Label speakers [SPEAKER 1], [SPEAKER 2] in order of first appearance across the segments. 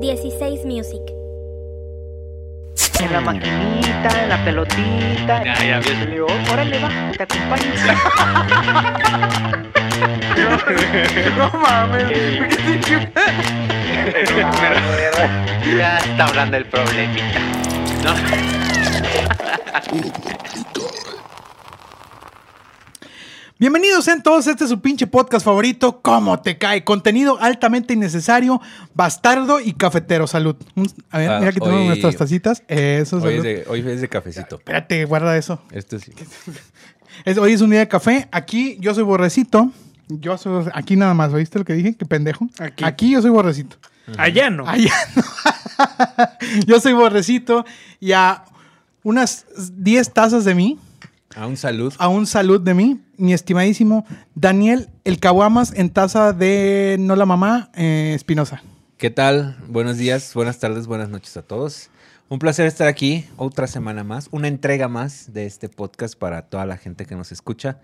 [SPEAKER 1] 16 Music.
[SPEAKER 2] En la maquinita, en la pelotita.
[SPEAKER 3] Ya, ya,
[SPEAKER 2] Y le digo, órale, va, te acompaño. no, no mames.
[SPEAKER 3] ya está hablando el problemita.
[SPEAKER 4] Bienvenidos sean todos a este su pinche podcast favorito, ¿Cómo te cae? Contenido altamente innecesario, bastardo y cafetero. Salud. Un- A ver,
[SPEAKER 5] Ah,
[SPEAKER 4] mira que tenemos
[SPEAKER 5] hoy-
[SPEAKER 4] nuestras tacitas. Eso,
[SPEAKER 5] Hoy es,
[SPEAKER 4] salud.
[SPEAKER 5] de, hoy es de cafecito.
[SPEAKER 4] Espérate, guarda eso.
[SPEAKER 5] Este sí.
[SPEAKER 4] Es- hoy es un día de café. Aquí yo soy borrecito. Yo soy aquí nada más, ¿oíste lo que dije? Qué pendejo.
[SPEAKER 6] Aquí.
[SPEAKER 4] yo soy borrecito.
[SPEAKER 5] Mm.
[SPEAKER 6] Allá no.
[SPEAKER 4] Allá no. yo soy borrecito y a unas 10 tazas de mí,
[SPEAKER 5] A un salud.
[SPEAKER 4] a un salud de mí, mi estimadísimo Daniel El Caguamas en taza de No la Mamá eh, Espinosa.
[SPEAKER 5] ¿Qué tal? Buenos días, buenas tardes, buenas noches a todos. Un placer estar aquí otra semana más, una entrega más de este podcast para toda la gente que nos escucha.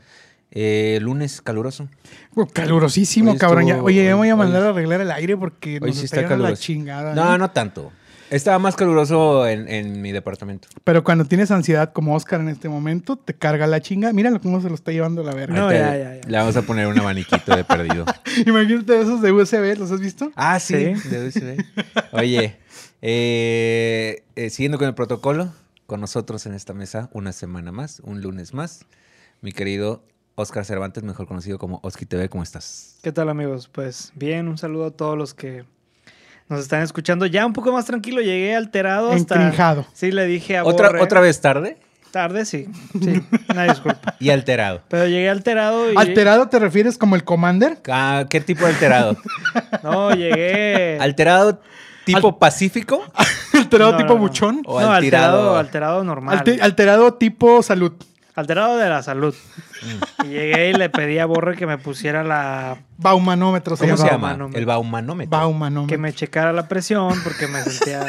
[SPEAKER 5] Eh, lunes caluroso.
[SPEAKER 4] Uh, calurosísimo,
[SPEAKER 5] Hoy
[SPEAKER 4] cabrón.
[SPEAKER 5] estuvo-
[SPEAKER 4] ya- oye, ya me voy a
[SPEAKER 5] hoy-
[SPEAKER 4] mandar
[SPEAKER 5] hoy-
[SPEAKER 4] a arreglar el aire porque
[SPEAKER 5] Hoy
[SPEAKER 4] nos
[SPEAKER 5] sí
[SPEAKER 4] está
[SPEAKER 5] está
[SPEAKER 4] llegando la
[SPEAKER 5] caluroso.
[SPEAKER 4] chingada.
[SPEAKER 5] no,
[SPEAKER 4] ¿eh?
[SPEAKER 5] no tanto. Estaba más caluroso en, en mi departamento.
[SPEAKER 4] Pero cuando tienes ansiedad como Oscar en este momento, te carga la chinga. Míralo cómo se lo está llevando la verga.
[SPEAKER 6] No,
[SPEAKER 5] Ahorita
[SPEAKER 6] ya, ya, ya.
[SPEAKER 5] Le vamos a poner un abaniquito de perdido.
[SPEAKER 4] Imagínate esos de USB, ¿los has visto?
[SPEAKER 5] Ah, sí.
[SPEAKER 6] Sí.
[SPEAKER 5] de USB. Oye, eh, eh, siguiendo con el protocolo, con nosotros en esta mesa una semana más, un lunes más, mi querido Oscar Cervantes, mejor conocido como Oski TV, ¿cómo estás?
[SPEAKER 6] ¿Qué tal amigos? Pues bien, un saludo a todos los que nos están escuchando. Ya un poco más tranquilo, llegué alterado hasta...
[SPEAKER 4] Encrinjado.
[SPEAKER 6] Sí, le dije a
[SPEAKER 5] Otra,
[SPEAKER 6] Borre.
[SPEAKER 5] otra vez tarde
[SPEAKER 6] Tarde, sí. Sí, una disculpa.
[SPEAKER 5] y alterado.
[SPEAKER 6] Pero llegué alterado y...
[SPEAKER 4] ¿Alterado te refieres como el Commander?
[SPEAKER 5] Ah, ¿Qué tipo de alterado?
[SPEAKER 6] No, llegué...
[SPEAKER 5] ¿Alterado tipo pacífico?
[SPEAKER 4] ¿Alterado
[SPEAKER 6] No,
[SPEAKER 4] tipo
[SPEAKER 6] no, no.
[SPEAKER 4] buchón?
[SPEAKER 5] o
[SPEAKER 6] no,
[SPEAKER 5] alterado-
[SPEAKER 6] alterado, alterado normal.
[SPEAKER 4] Alte- ¿Alterado tipo salud?
[SPEAKER 6] Alterado de la salud.
[SPEAKER 5] Mm.
[SPEAKER 6] Y llegué y le pedí a Borre que me pusiera la...
[SPEAKER 4] Baumanómetro
[SPEAKER 5] ¿Cómo se llama?
[SPEAKER 6] baumanómetro.
[SPEAKER 5] El baumanómetro.
[SPEAKER 4] Baumanómetro.
[SPEAKER 6] Que me checara la presión porque me sentía...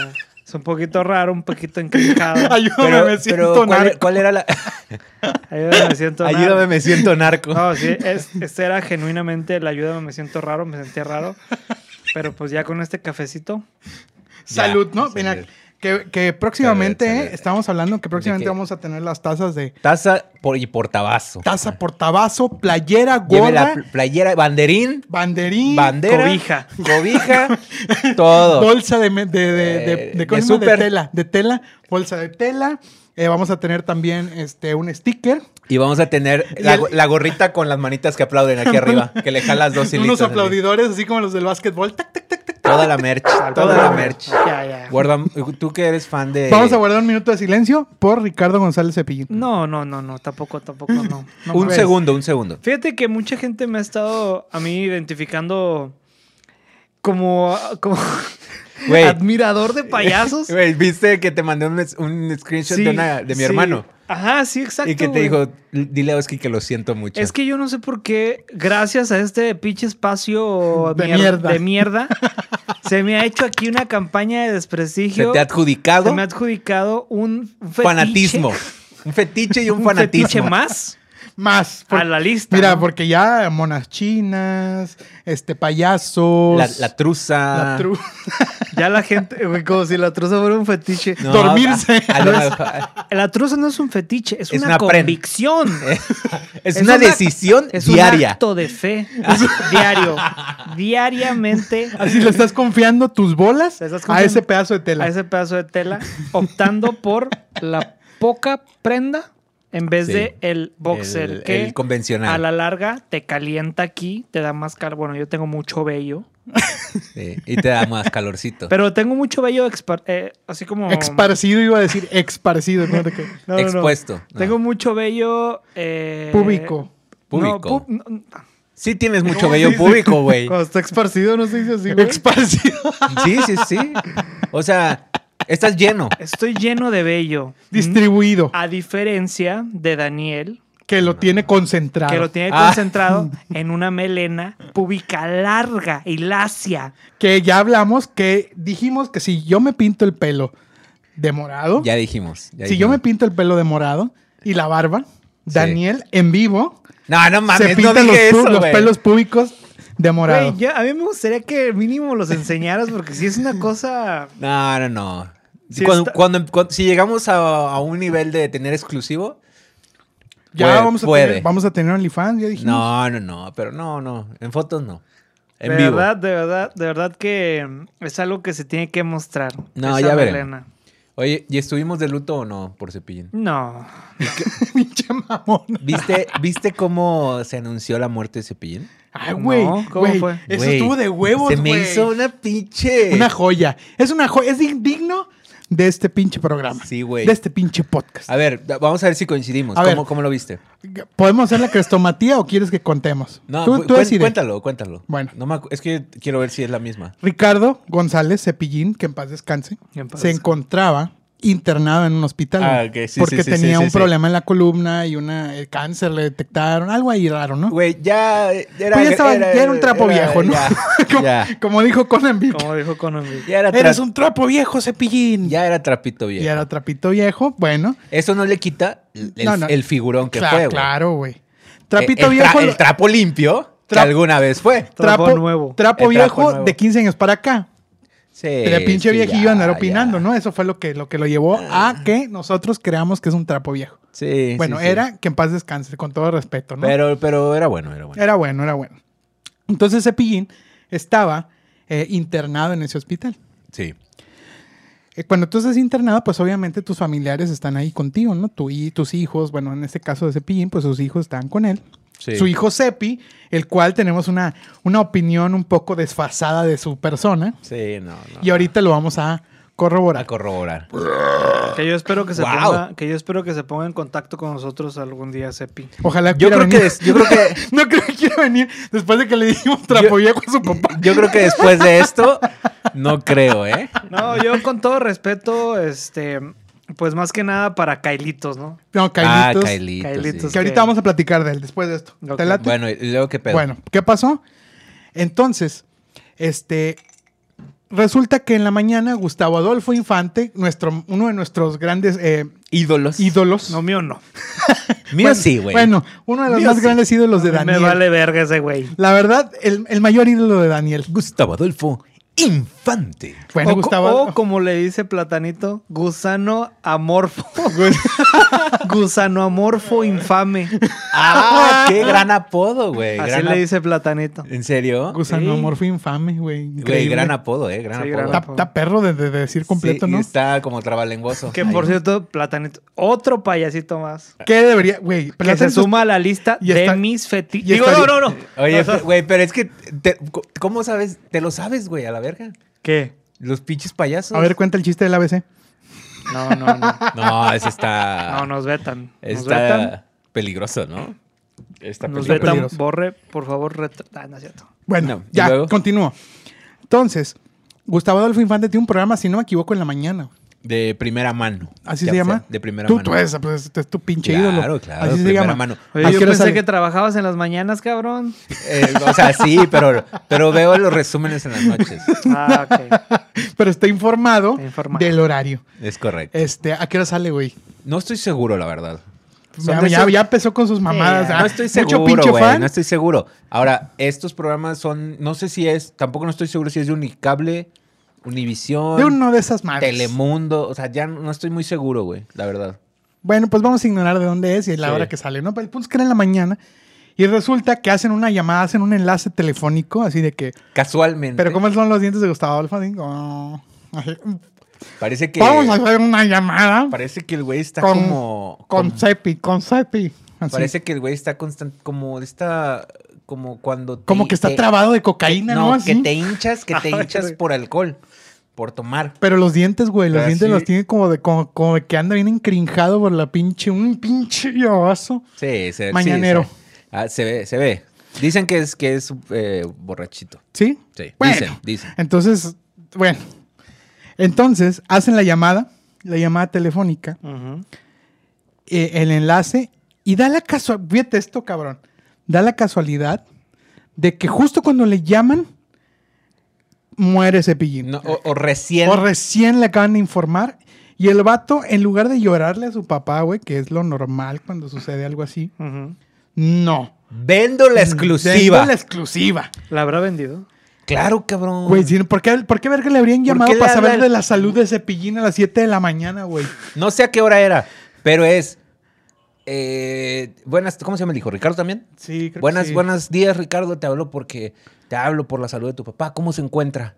[SPEAKER 6] Es un poquito raro, un poquito encrinjado.
[SPEAKER 4] Ayúdame,
[SPEAKER 5] Pero-
[SPEAKER 4] me
[SPEAKER 5] pero
[SPEAKER 4] siento
[SPEAKER 5] ¿cuál,
[SPEAKER 4] narco.
[SPEAKER 5] cuál era la...?
[SPEAKER 6] Ayúdame, me siento Ah. mal.
[SPEAKER 5] Ayúdame, me siento narco.
[SPEAKER 6] No, sí, es- este era genuinamente el ayúdame, me siento raro, me sentía raro. Pero pues ya con este cafecito.
[SPEAKER 5] Ya,
[SPEAKER 4] Salud, ¿no?
[SPEAKER 5] salud.
[SPEAKER 4] Mira, que, que próximamente,
[SPEAKER 5] Salud, salud.
[SPEAKER 4] eh, estamos hablando que próximamente
[SPEAKER 5] qué?
[SPEAKER 4] vamos a tener las tazas de
[SPEAKER 5] Taza por, y portabazo. Ah.
[SPEAKER 4] taza, portabazo, playera,
[SPEAKER 5] Lleve la
[SPEAKER 4] gorra,
[SPEAKER 5] pl- playera, banderín,
[SPEAKER 4] banderín,
[SPEAKER 5] bandera,
[SPEAKER 6] Cobija.
[SPEAKER 5] cobija, todo.
[SPEAKER 4] bolsa de, me- de, de, de,
[SPEAKER 5] Eh,
[SPEAKER 4] de-
[SPEAKER 5] de
[SPEAKER 4] ¿cómo se llama? de
[SPEAKER 5] súper.
[SPEAKER 4] tela, de tela, bolsa de tela. Eh, vamos a tener también este un sticker,
[SPEAKER 5] Y vamos a tener
[SPEAKER 4] Y
[SPEAKER 5] la,
[SPEAKER 4] el-
[SPEAKER 5] go- la gorrita con las manitas que aplauden aquí arriba, que le jalas dos hilitos.
[SPEAKER 4] unos
[SPEAKER 5] así.
[SPEAKER 4] aplaudidores así como los del básquetbol. Tac, tac, tac, tac.
[SPEAKER 5] Toda la merch, toda la merch.
[SPEAKER 6] Ya, ya.
[SPEAKER 5] Guarda, tú que eres fan de...
[SPEAKER 4] Vamos a guardar un minuto de silencio por Ricardo González Cepillín.
[SPEAKER 6] No, no, no, no, tampoco, tampoco, no. no
[SPEAKER 5] Un
[SPEAKER 6] mames.
[SPEAKER 5] segundo, un segundo.
[SPEAKER 6] Fíjate que mucha gente me ha estado a mí identificando como, como
[SPEAKER 5] Güey.
[SPEAKER 6] admirador de payasos.
[SPEAKER 5] Güey, viste que te mandé un, mes- un screenshot
[SPEAKER 6] Sí,
[SPEAKER 5] de, una- de mi
[SPEAKER 6] sí.
[SPEAKER 5] hermano.
[SPEAKER 6] Ajá, sí, exacto.
[SPEAKER 5] y que te
[SPEAKER 6] güey.
[SPEAKER 5] dijo, dile a Oski que lo siento mucho.
[SPEAKER 6] Es que yo no sé por qué, gracias a este pinche espacio
[SPEAKER 4] De
[SPEAKER 6] mier-
[SPEAKER 4] mierda.
[SPEAKER 6] de mierda, se me ha hecho aquí una campaña de
[SPEAKER 5] Se
[SPEAKER 6] desprestigio.
[SPEAKER 5] te ha adjudicado
[SPEAKER 6] Se me ha adjudicado un un fetiche-
[SPEAKER 5] fanatismo. Un fetiche y un,
[SPEAKER 6] Un
[SPEAKER 5] fanatismo.
[SPEAKER 6] fetiche más
[SPEAKER 4] Más. por-
[SPEAKER 6] a la lista.
[SPEAKER 4] Mira,
[SPEAKER 6] ¿no?
[SPEAKER 4] porque ya monas chinas, este payasos,
[SPEAKER 5] La, la truza.
[SPEAKER 4] la tru-
[SPEAKER 6] Ya la gente, güey, como si la truza fuera un fetiche.
[SPEAKER 5] No,
[SPEAKER 4] Dormirse.
[SPEAKER 5] a- a lo mejor-
[SPEAKER 6] La truza no es un fetiche, es,
[SPEAKER 5] Es
[SPEAKER 6] una,
[SPEAKER 5] una prenda.
[SPEAKER 6] convicción.
[SPEAKER 5] es,
[SPEAKER 6] Es
[SPEAKER 5] una,
[SPEAKER 6] una-
[SPEAKER 5] decisión
[SPEAKER 6] Es un
[SPEAKER 5] diaria.
[SPEAKER 6] acto de fe diario. Diariamente
[SPEAKER 4] Así le estás confiando tus bolas
[SPEAKER 6] Le estás
[SPEAKER 4] a
[SPEAKER 6] confiando-
[SPEAKER 4] ese pedazo de tela.
[SPEAKER 6] a ese pedazo de tela, optando por la poca prenda en vez
[SPEAKER 5] Sí.
[SPEAKER 6] de el boxer.
[SPEAKER 5] el,
[SPEAKER 6] que
[SPEAKER 5] el convencional.
[SPEAKER 6] a la larga te calienta aquí, te da más calor. Bueno, yo tengo mucho vello.
[SPEAKER 5] Sí, y te da más calorcito.
[SPEAKER 6] Pero tengo mucho vello expar- eh, así como...
[SPEAKER 4] Exparcido, iba a decir exparcido. ¿no? De que-
[SPEAKER 6] No, no, no.
[SPEAKER 5] Expuesto. No.
[SPEAKER 6] Tengo mucho vello. eh,
[SPEAKER 4] Púbico.
[SPEAKER 6] no, pu-
[SPEAKER 5] Púbico.
[SPEAKER 6] no,
[SPEAKER 5] Sí tienes mucho vello público, güey.
[SPEAKER 6] Cuando está esparcido no se dice así, güey.
[SPEAKER 4] Exparcido.
[SPEAKER 5] Sí, sí, sí. O sea, estás lleno.
[SPEAKER 6] Estoy lleno de vello.
[SPEAKER 4] Distribuido.
[SPEAKER 6] A diferencia de Daniel,
[SPEAKER 4] Que lo tiene concentrado.
[SPEAKER 6] que lo tiene
[SPEAKER 5] Ah.
[SPEAKER 6] concentrado en una melena púbica larga y lacia.
[SPEAKER 4] Que ya hablamos que dijimos que si yo me pinto el pelo de morado,
[SPEAKER 5] Ya dijimos. ya
[SPEAKER 4] si yo
[SPEAKER 5] dijimos.
[SPEAKER 4] me pinto el pelo de morado y la barba,
[SPEAKER 5] Sí.
[SPEAKER 4] Daniel en vivo
[SPEAKER 5] No, no mames,
[SPEAKER 4] se
[SPEAKER 5] no
[SPEAKER 4] pinta
[SPEAKER 5] dije
[SPEAKER 4] los, pu-
[SPEAKER 5] eso,
[SPEAKER 4] los
[SPEAKER 5] güey.
[SPEAKER 4] pelos públicos de morado.
[SPEAKER 6] Güey, yo- a mí me gustaría que mínimo los enseñaras porque si es una cosa...
[SPEAKER 5] No, no, no.
[SPEAKER 6] Sí
[SPEAKER 5] cuando,
[SPEAKER 6] está-
[SPEAKER 5] cuando- cuando- si llegamos a, a un nivel de tener exclusivo,
[SPEAKER 4] ya
[SPEAKER 5] puede-
[SPEAKER 4] vamos, a
[SPEAKER 5] puede.
[SPEAKER 4] Tener, vamos a tener OnlyFans, ya dijimos.
[SPEAKER 5] no, no, no, pero no, no, en fotos no. En
[SPEAKER 6] de
[SPEAKER 5] vivo.
[SPEAKER 6] verdad, de verdad, de verdad que mm, es algo que se tiene que mostrar.
[SPEAKER 5] No,
[SPEAKER 6] Esa
[SPEAKER 5] ya veremos.
[SPEAKER 6] melena.
[SPEAKER 5] Oye, ¿y estuvimos de luto o no por Cepillín?
[SPEAKER 6] No.
[SPEAKER 4] Pinche mamón.
[SPEAKER 5] ¿Viste, ¿Viste cómo se anunció la muerte de Cepillín?
[SPEAKER 4] Ay, güey.
[SPEAKER 6] No, ¿cómo
[SPEAKER 4] güey,
[SPEAKER 6] fue?
[SPEAKER 4] Eso
[SPEAKER 5] Güey,
[SPEAKER 4] estuvo de huevos,
[SPEAKER 5] Se me
[SPEAKER 4] güey.
[SPEAKER 5] hizo una pinche.
[SPEAKER 4] Una joya. Es una joya. Es digno de este pinche programa.
[SPEAKER 5] Sí, güey.
[SPEAKER 4] De este pinche podcast.
[SPEAKER 5] A ver, da- vamos a ver si coincidimos.
[SPEAKER 4] A
[SPEAKER 5] ¿Cómo,
[SPEAKER 4] ver.
[SPEAKER 5] cómo lo viste?
[SPEAKER 4] ¿Podemos hacer la crestomatía o quieres que contemos?
[SPEAKER 5] No,
[SPEAKER 4] tú,
[SPEAKER 5] cu-
[SPEAKER 4] tú
[SPEAKER 5] cuen-
[SPEAKER 4] decides.
[SPEAKER 5] cuéntalo, cuéntalo.
[SPEAKER 4] Bueno.
[SPEAKER 5] No me acu- es que quiero ver si es la misma.
[SPEAKER 4] Ricardo González Cepillín, que en paz descanse,
[SPEAKER 6] Que en paz
[SPEAKER 4] se
[SPEAKER 6] descanse.
[SPEAKER 4] encontraba internado en un hospital.
[SPEAKER 5] Ah,
[SPEAKER 4] ¿no?
[SPEAKER 5] ok, sí,
[SPEAKER 4] porque
[SPEAKER 5] sí, sí,
[SPEAKER 4] tenía
[SPEAKER 5] sí, sí,
[SPEAKER 4] un
[SPEAKER 5] sí.
[SPEAKER 4] problema en la columna y una el cáncer le detectaron, algo ahí raro, ¿no?
[SPEAKER 5] Güey, ya era,
[SPEAKER 4] Pues ya, estaba- ya era un trapo
[SPEAKER 5] era-
[SPEAKER 4] viejo, ¿no?
[SPEAKER 5] Ya,
[SPEAKER 4] como,
[SPEAKER 5] ya,
[SPEAKER 4] como dijo Conan Bill.
[SPEAKER 6] Como dijo Conan.
[SPEAKER 5] ya era
[SPEAKER 4] Eres
[SPEAKER 5] tra-
[SPEAKER 4] un trapo viejo, Cepillín.
[SPEAKER 5] ya era trapito
[SPEAKER 4] y
[SPEAKER 5] viejo.
[SPEAKER 4] era trapito viejo, bueno.
[SPEAKER 5] Eso no le quita el, el-
[SPEAKER 4] No, no.
[SPEAKER 5] el figurón que
[SPEAKER 4] cla-
[SPEAKER 5] fue, güey.
[SPEAKER 4] claro, güey.
[SPEAKER 5] Eh,
[SPEAKER 4] Trapito
[SPEAKER 5] el tra-
[SPEAKER 4] viejo.
[SPEAKER 5] el trapo limpio que
[SPEAKER 4] Tra-
[SPEAKER 5] alguna vez fue.
[SPEAKER 6] Trapo
[SPEAKER 4] trapo
[SPEAKER 6] nuevo.
[SPEAKER 4] trapo
[SPEAKER 5] El trapo
[SPEAKER 4] viejo
[SPEAKER 5] nuevo.
[SPEAKER 4] de 15 años para acá.
[SPEAKER 5] Sí,
[SPEAKER 4] el pinche
[SPEAKER 5] sí,
[SPEAKER 4] viejillo
[SPEAKER 5] ya,
[SPEAKER 4] andar opinando,
[SPEAKER 5] ya. Ah.
[SPEAKER 4] ¿no? Eso fue lo que, lo que lo llevó a que nosotros creamos que es un trapo viejo.
[SPEAKER 5] Sí,
[SPEAKER 4] bueno,
[SPEAKER 5] sí, sí.
[SPEAKER 4] era que en paz descanse, con todo respeto, ¿no?
[SPEAKER 5] Pero, pero era bueno, era bueno.
[SPEAKER 4] Era bueno, era bueno. Entonces Cepillín estaba eh, internado en ese hospital.
[SPEAKER 5] Sí.
[SPEAKER 4] Eh, Cuando tú estás internado, pues obviamente tus familiares están ahí contigo, ¿no? Tú y tus hijos, bueno, en este caso de Cepillín, pues sus hijos están con él.
[SPEAKER 5] sí.
[SPEAKER 4] Su hijo Cepi, el cual tenemos una, una opinión un poco desfasada de su persona.
[SPEAKER 5] Sí, no, no.
[SPEAKER 4] Y ahorita lo vamos a
[SPEAKER 5] A
[SPEAKER 4] corroborar.
[SPEAKER 5] corroborar.
[SPEAKER 6] Que yo espero que se
[SPEAKER 5] Wow.
[SPEAKER 6] ponga, que yo espero que se ponga en contacto con nosotros algún día, Sepi.
[SPEAKER 4] Ojalá
[SPEAKER 5] Yo
[SPEAKER 4] quiera
[SPEAKER 5] creo que
[SPEAKER 4] venir.
[SPEAKER 5] des- yo creo que
[SPEAKER 4] No creo que quiera venir después de que le dijimos trapo viejo a su papá.
[SPEAKER 5] yo creo que después de esto no creo, ¿eh?
[SPEAKER 6] No, yo con todo respeto, este, pues más que nada para Kailitos, ¿no?
[SPEAKER 4] No, Cailitos.
[SPEAKER 5] Ah, Kailitos.
[SPEAKER 6] Kailitos.
[SPEAKER 5] sí.
[SPEAKER 4] Que ahorita vamos a platicar de él después de esto.
[SPEAKER 6] Ok.
[SPEAKER 4] ¿Te late?
[SPEAKER 5] Bueno, y luego qué pedo.
[SPEAKER 4] Bueno, ¿qué pasó? Entonces, este. Resulta que en la mañana Gustavo Adolfo Infante, nuestro, uno de nuestros grandes eh,
[SPEAKER 5] ídolos.
[SPEAKER 4] ídolos.
[SPEAKER 6] No mío no.
[SPEAKER 5] Mío
[SPEAKER 4] Bueno,
[SPEAKER 5] sí, güey.
[SPEAKER 4] Bueno, uno de los
[SPEAKER 5] Mío
[SPEAKER 4] más
[SPEAKER 5] sí.
[SPEAKER 4] grandes ídolos de
[SPEAKER 6] A mí
[SPEAKER 4] Daniel.
[SPEAKER 6] Me vale verga ese güey.
[SPEAKER 4] La verdad, el, el mayor ídolo de Daniel.
[SPEAKER 5] Gustavo Adolfo Infante.
[SPEAKER 6] o,
[SPEAKER 4] Bueno,
[SPEAKER 6] co-
[SPEAKER 4] Gustavo.
[SPEAKER 6] o como le dice Platanito, gusano amorfo. gusano amorfo infame.
[SPEAKER 5] Ah, qué gran apodo, güey.
[SPEAKER 6] Así
[SPEAKER 5] Gran
[SPEAKER 6] le
[SPEAKER 5] ap-
[SPEAKER 6] dice Platanito.
[SPEAKER 5] ¿En serio?
[SPEAKER 4] Gusano
[SPEAKER 6] Sí.
[SPEAKER 4] Amorfo infame, güey.
[SPEAKER 5] Güey,
[SPEAKER 4] Increíble.
[SPEAKER 5] gran apodo, eh, gran
[SPEAKER 6] Sí,
[SPEAKER 5] apodo.
[SPEAKER 6] gran
[SPEAKER 4] Está, está perro de, de- de decir completo,
[SPEAKER 5] Sí, y
[SPEAKER 4] ¿no?
[SPEAKER 5] Está como trabalenguoso.
[SPEAKER 6] Que por
[SPEAKER 5] Ay,
[SPEAKER 6] cierto, Platanito, otro payasito más.
[SPEAKER 4] ¿Qué debería, güey?
[SPEAKER 6] Que se
[SPEAKER 4] Platanito-
[SPEAKER 6] suma a la lista
[SPEAKER 4] y está-
[SPEAKER 6] de mis fetiches.
[SPEAKER 4] y
[SPEAKER 6] Digo,
[SPEAKER 4] está-
[SPEAKER 6] no, no, no.
[SPEAKER 5] Oye,
[SPEAKER 6] O sea,
[SPEAKER 5] fe- güey, pero es que, te- ¿cómo sabes? Te lo sabes, güey, a la verga.
[SPEAKER 6] ¿Qué?
[SPEAKER 5] Los pinches payasos.
[SPEAKER 4] A ver, cuenta el chiste del ABC.
[SPEAKER 6] No, no, no.
[SPEAKER 5] No, ese está.
[SPEAKER 6] No, nos vetan. Nos vetan.
[SPEAKER 5] Ah. Está peligroso, ¿no? Está
[SPEAKER 6] Nos
[SPEAKER 5] peligroso.
[SPEAKER 6] vetan.
[SPEAKER 4] peligroso.
[SPEAKER 6] Borre, por favor, retra- Ah, no es cierto.
[SPEAKER 4] Bueno,
[SPEAKER 5] No, ¿y
[SPEAKER 4] ya,
[SPEAKER 5] luego?
[SPEAKER 4] continúo. Entonces, Gustavo Adolfo Infante tiene un programa, si no me equivoco, en la mañana.
[SPEAKER 5] De primera mano.
[SPEAKER 4] Así
[SPEAKER 5] Ya,
[SPEAKER 4] se
[SPEAKER 5] o sea,
[SPEAKER 4] llama.
[SPEAKER 5] De primera
[SPEAKER 4] tú,
[SPEAKER 5] mano.
[SPEAKER 4] Tú eres, pues, este es tu pinche
[SPEAKER 5] Claro,
[SPEAKER 4] ídolo.
[SPEAKER 5] claro,
[SPEAKER 4] Así se
[SPEAKER 5] primera
[SPEAKER 4] llama.
[SPEAKER 5] mano.
[SPEAKER 6] Oye,
[SPEAKER 4] ¿A
[SPEAKER 6] yo
[SPEAKER 4] qué hora
[SPEAKER 6] pensé
[SPEAKER 4] sale?
[SPEAKER 6] que trabajabas en las mañanas, cabrón.
[SPEAKER 5] Eh, o sea, sí, pero, pero veo los resúmenes en las noches.
[SPEAKER 6] Ah, ok.
[SPEAKER 4] Pero está informado,
[SPEAKER 6] Está informado.
[SPEAKER 4] del horario.
[SPEAKER 5] Es correcto.
[SPEAKER 4] Este, ¿a qué hora sale, güey?
[SPEAKER 5] No estoy seguro, la verdad. Son
[SPEAKER 4] pues Ya,
[SPEAKER 5] de
[SPEAKER 4] ya-
[SPEAKER 5] esos-
[SPEAKER 4] ya empezó con sus mamadas.
[SPEAKER 6] ya.
[SPEAKER 4] ah,
[SPEAKER 5] No estoy
[SPEAKER 4] Mucho
[SPEAKER 5] seguro,
[SPEAKER 4] pinche
[SPEAKER 5] güey.
[SPEAKER 4] fan.
[SPEAKER 5] No estoy seguro. Ahora, estos programas son, no sé si es, tampoco no estoy seguro si es de Unicable, Univisión,
[SPEAKER 4] De uno de esas madres.
[SPEAKER 5] Telemundo. O sea, ya no estoy muy seguro, güey, la verdad.
[SPEAKER 4] Bueno, pues vamos a ignorar de dónde es y la
[SPEAKER 5] Sí.
[SPEAKER 4] hora que sale, ¿no? Pero el punto es que era en la mañana y resulta que hacen una llamada, hacen un enlace telefónico, así de que.
[SPEAKER 5] Casualmente.
[SPEAKER 4] Pero ¿cómo son los dientes de Gustavo Adolfo? Así, oh, así,
[SPEAKER 5] Parece que.
[SPEAKER 4] Vamos a hacer una llamada
[SPEAKER 5] Parece que el güey está
[SPEAKER 4] Con-
[SPEAKER 5] como.
[SPEAKER 4] con
[SPEAKER 5] como-
[SPEAKER 4] Cepi, con Cepi. Así.
[SPEAKER 5] Parece que el güey está constante, como esta, como cuando... te-
[SPEAKER 4] Como que está
[SPEAKER 5] te-
[SPEAKER 4] trabado de cocaína, ¿no?
[SPEAKER 5] No,
[SPEAKER 4] Así.
[SPEAKER 5] que te hinchas, que te hinchas por alcohol, por tomar.
[SPEAKER 4] Pero los dientes, güey, los
[SPEAKER 5] Así.
[SPEAKER 4] dientes los tiene como de, como, como de que anda bien encrinjado por la pinche, un pinche llavazo.
[SPEAKER 5] Sí, se sí,
[SPEAKER 4] Mañanero.
[SPEAKER 5] se- ah, se ve, se ve. Dicen que es, que es eh, borrachito.
[SPEAKER 4] ¿Sí?
[SPEAKER 5] Sí,
[SPEAKER 4] Bueno.
[SPEAKER 5] dicen, dicen.
[SPEAKER 4] Entonces, bueno. Entonces, hacen la llamada, la llamada telefónica,
[SPEAKER 6] Ujú.
[SPEAKER 4] eh, el enlace, y da la casualidad, fíjate esto, cabrón, da la casualidad de que justo cuando le llaman, muere Cepillín.
[SPEAKER 5] No, o, o recién...
[SPEAKER 4] O recién le acaban de informar. Y el vato, en lugar de llorarle a su papá, güey, que es lo normal cuando sucede algo así,
[SPEAKER 6] Ujú.
[SPEAKER 4] no.
[SPEAKER 5] Vendo la exclusiva.
[SPEAKER 4] Dentro de Mm, La exclusiva.
[SPEAKER 6] ¿La habrá vendido?
[SPEAKER 5] Claro, cabrón.
[SPEAKER 4] Güey, si no- ¿por qué, ¿por qué verga le habrían
[SPEAKER 5] ¿Por
[SPEAKER 4] llamado
[SPEAKER 5] qué le
[SPEAKER 4] para saber
[SPEAKER 5] hablan?
[SPEAKER 4] de la salud de Cepillín a las 7 de la mañana, güey?
[SPEAKER 5] No sé a qué hora era, pero es. eh, buenas, ¿cómo se llama el hijo? ¿Ricardo también?
[SPEAKER 4] Sí, creo
[SPEAKER 5] Buenas,
[SPEAKER 4] que sí.
[SPEAKER 5] buenos días, Ricardo. Te hablo porque te hablo por la salud de tu papá. ¿Cómo se encuentra?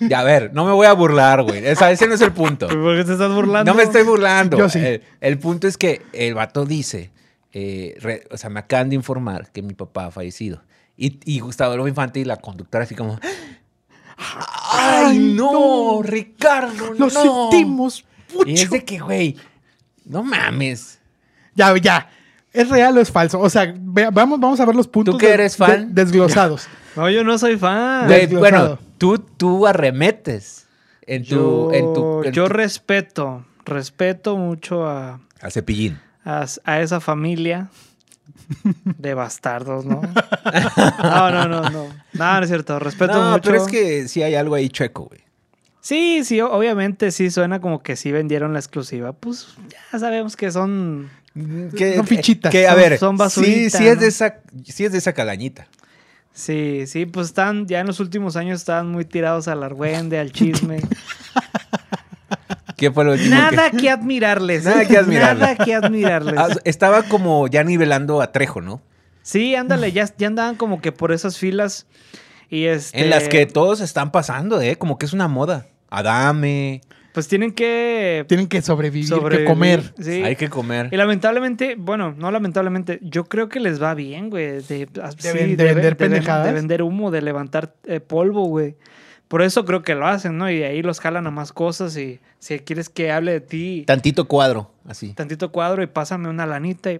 [SPEAKER 5] y a ver, no me voy a burlar, güey. Esa- ese no es el punto.
[SPEAKER 6] ¿Por qué te estás burlando?
[SPEAKER 5] No me estoy burlando.
[SPEAKER 4] Yo sí.
[SPEAKER 5] el, el punto es que el vato dice, eh, re- o sea, me acaban de informar que mi papá ha fallecido. Y, y Gustavo Lobo Infante y la conductora así como... ¡Ay, no,
[SPEAKER 4] no!
[SPEAKER 5] Ricardo!
[SPEAKER 4] Lo
[SPEAKER 5] no".
[SPEAKER 4] sentimos mucho.
[SPEAKER 5] Y es de que, güey, no mames.
[SPEAKER 4] Ya, ya. ¿Es real o es falso? O sea, ve- vamos, vamos a ver los puntos.
[SPEAKER 5] que eres fan?
[SPEAKER 4] de- desglosados.
[SPEAKER 6] No, yo no soy fan.
[SPEAKER 5] Güey,
[SPEAKER 4] desglosado.
[SPEAKER 5] bueno, tú, tú arremetes en tu...
[SPEAKER 6] yo,
[SPEAKER 5] en tu- en
[SPEAKER 6] yo
[SPEAKER 5] tu-
[SPEAKER 6] respeto, respeto mucho a,
[SPEAKER 5] A cepillín.
[SPEAKER 6] a- a esa familia de bastardos, ¿no? No, no, no, no. No, no es cierto. Respeto
[SPEAKER 5] No,
[SPEAKER 6] mucho.
[SPEAKER 5] pero es que sí hay algo ahí chueco, güey.
[SPEAKER 6] Sí, sí, o- obviamente sí suena como que sí vendieron la exclusiva. Pues ya sabemos que son.
[SPEAKER 5] Que,
[SPEAKER 4] Son fichitas.
[SPEAKER 5] Que, a
[SPEAKER 6] Mm, Son-
[SPEAKER 5] ver,
[SPEAKER 6] son
[SPEAKER 5] sí,
[SPEAKER 6] basurita,
[SPEAKER 5] sí, es
[SPEAKER 6] ¿no?
[SPEAKER 5] de esa, sí es de esa calañita.
[SPEAKER 6] Sí, sí, pues están. Ya en los últimos años estaban muy tirados al argüende, al chisme.
[SPEAKER 5] ¿Qué fue lo último
[SPEAKER 6] Nada
[SPEAKER 5] que-
[SPEAKER 6] que admirarles. ¿eh?
[SPEAKER 5] Nada que admirarles.
[SPEAKER 6] Nada que admirarles.
[SPEAKER 5] Ah, estaba como ya nivelando a Trejo, ¿no?
[SPEAKER 6] Sí, ándale, ya, ya andaban como que por esas filas. Y este,
[SPEAKER 5] En las que todos están pasando, ¿eh? Como que es una moda. Adame,
[SPEAKER 6] Pues tienen que
[SPEAKER 4] Tienen que sobrevivir,
[SPEAKER 6] sobrevivir,
[SPEAKER 4] que comer.
[SPEAKER 6] sí.
[SPEAKER 5] hay que
[SPEAKER 6] Y
[SPEAKER 5] comer.
[SPEAKER 6] lamentablemente, bueno, no lamentablemente, yo creo que les va bien, güey. De, ah, sí,
[SPEAKER 4] ven- de
[SPEAKER 6] ven-
[SPEAKER 4] vender
[SPEAKER 6] ven-
[SPEAKER 4] pendejadas.
[SPEAKER 6] De vender humo, de levantar eh, polvo, güey. Por eso creo que lo hacen, ¿no? Y ahí los jalan a más cosas y si quieres que hable de ti,
[SPEAKER 5] Tantito cuadro, así.
[SPEAKER 6] tantito cuadro y pásame una lanita. y-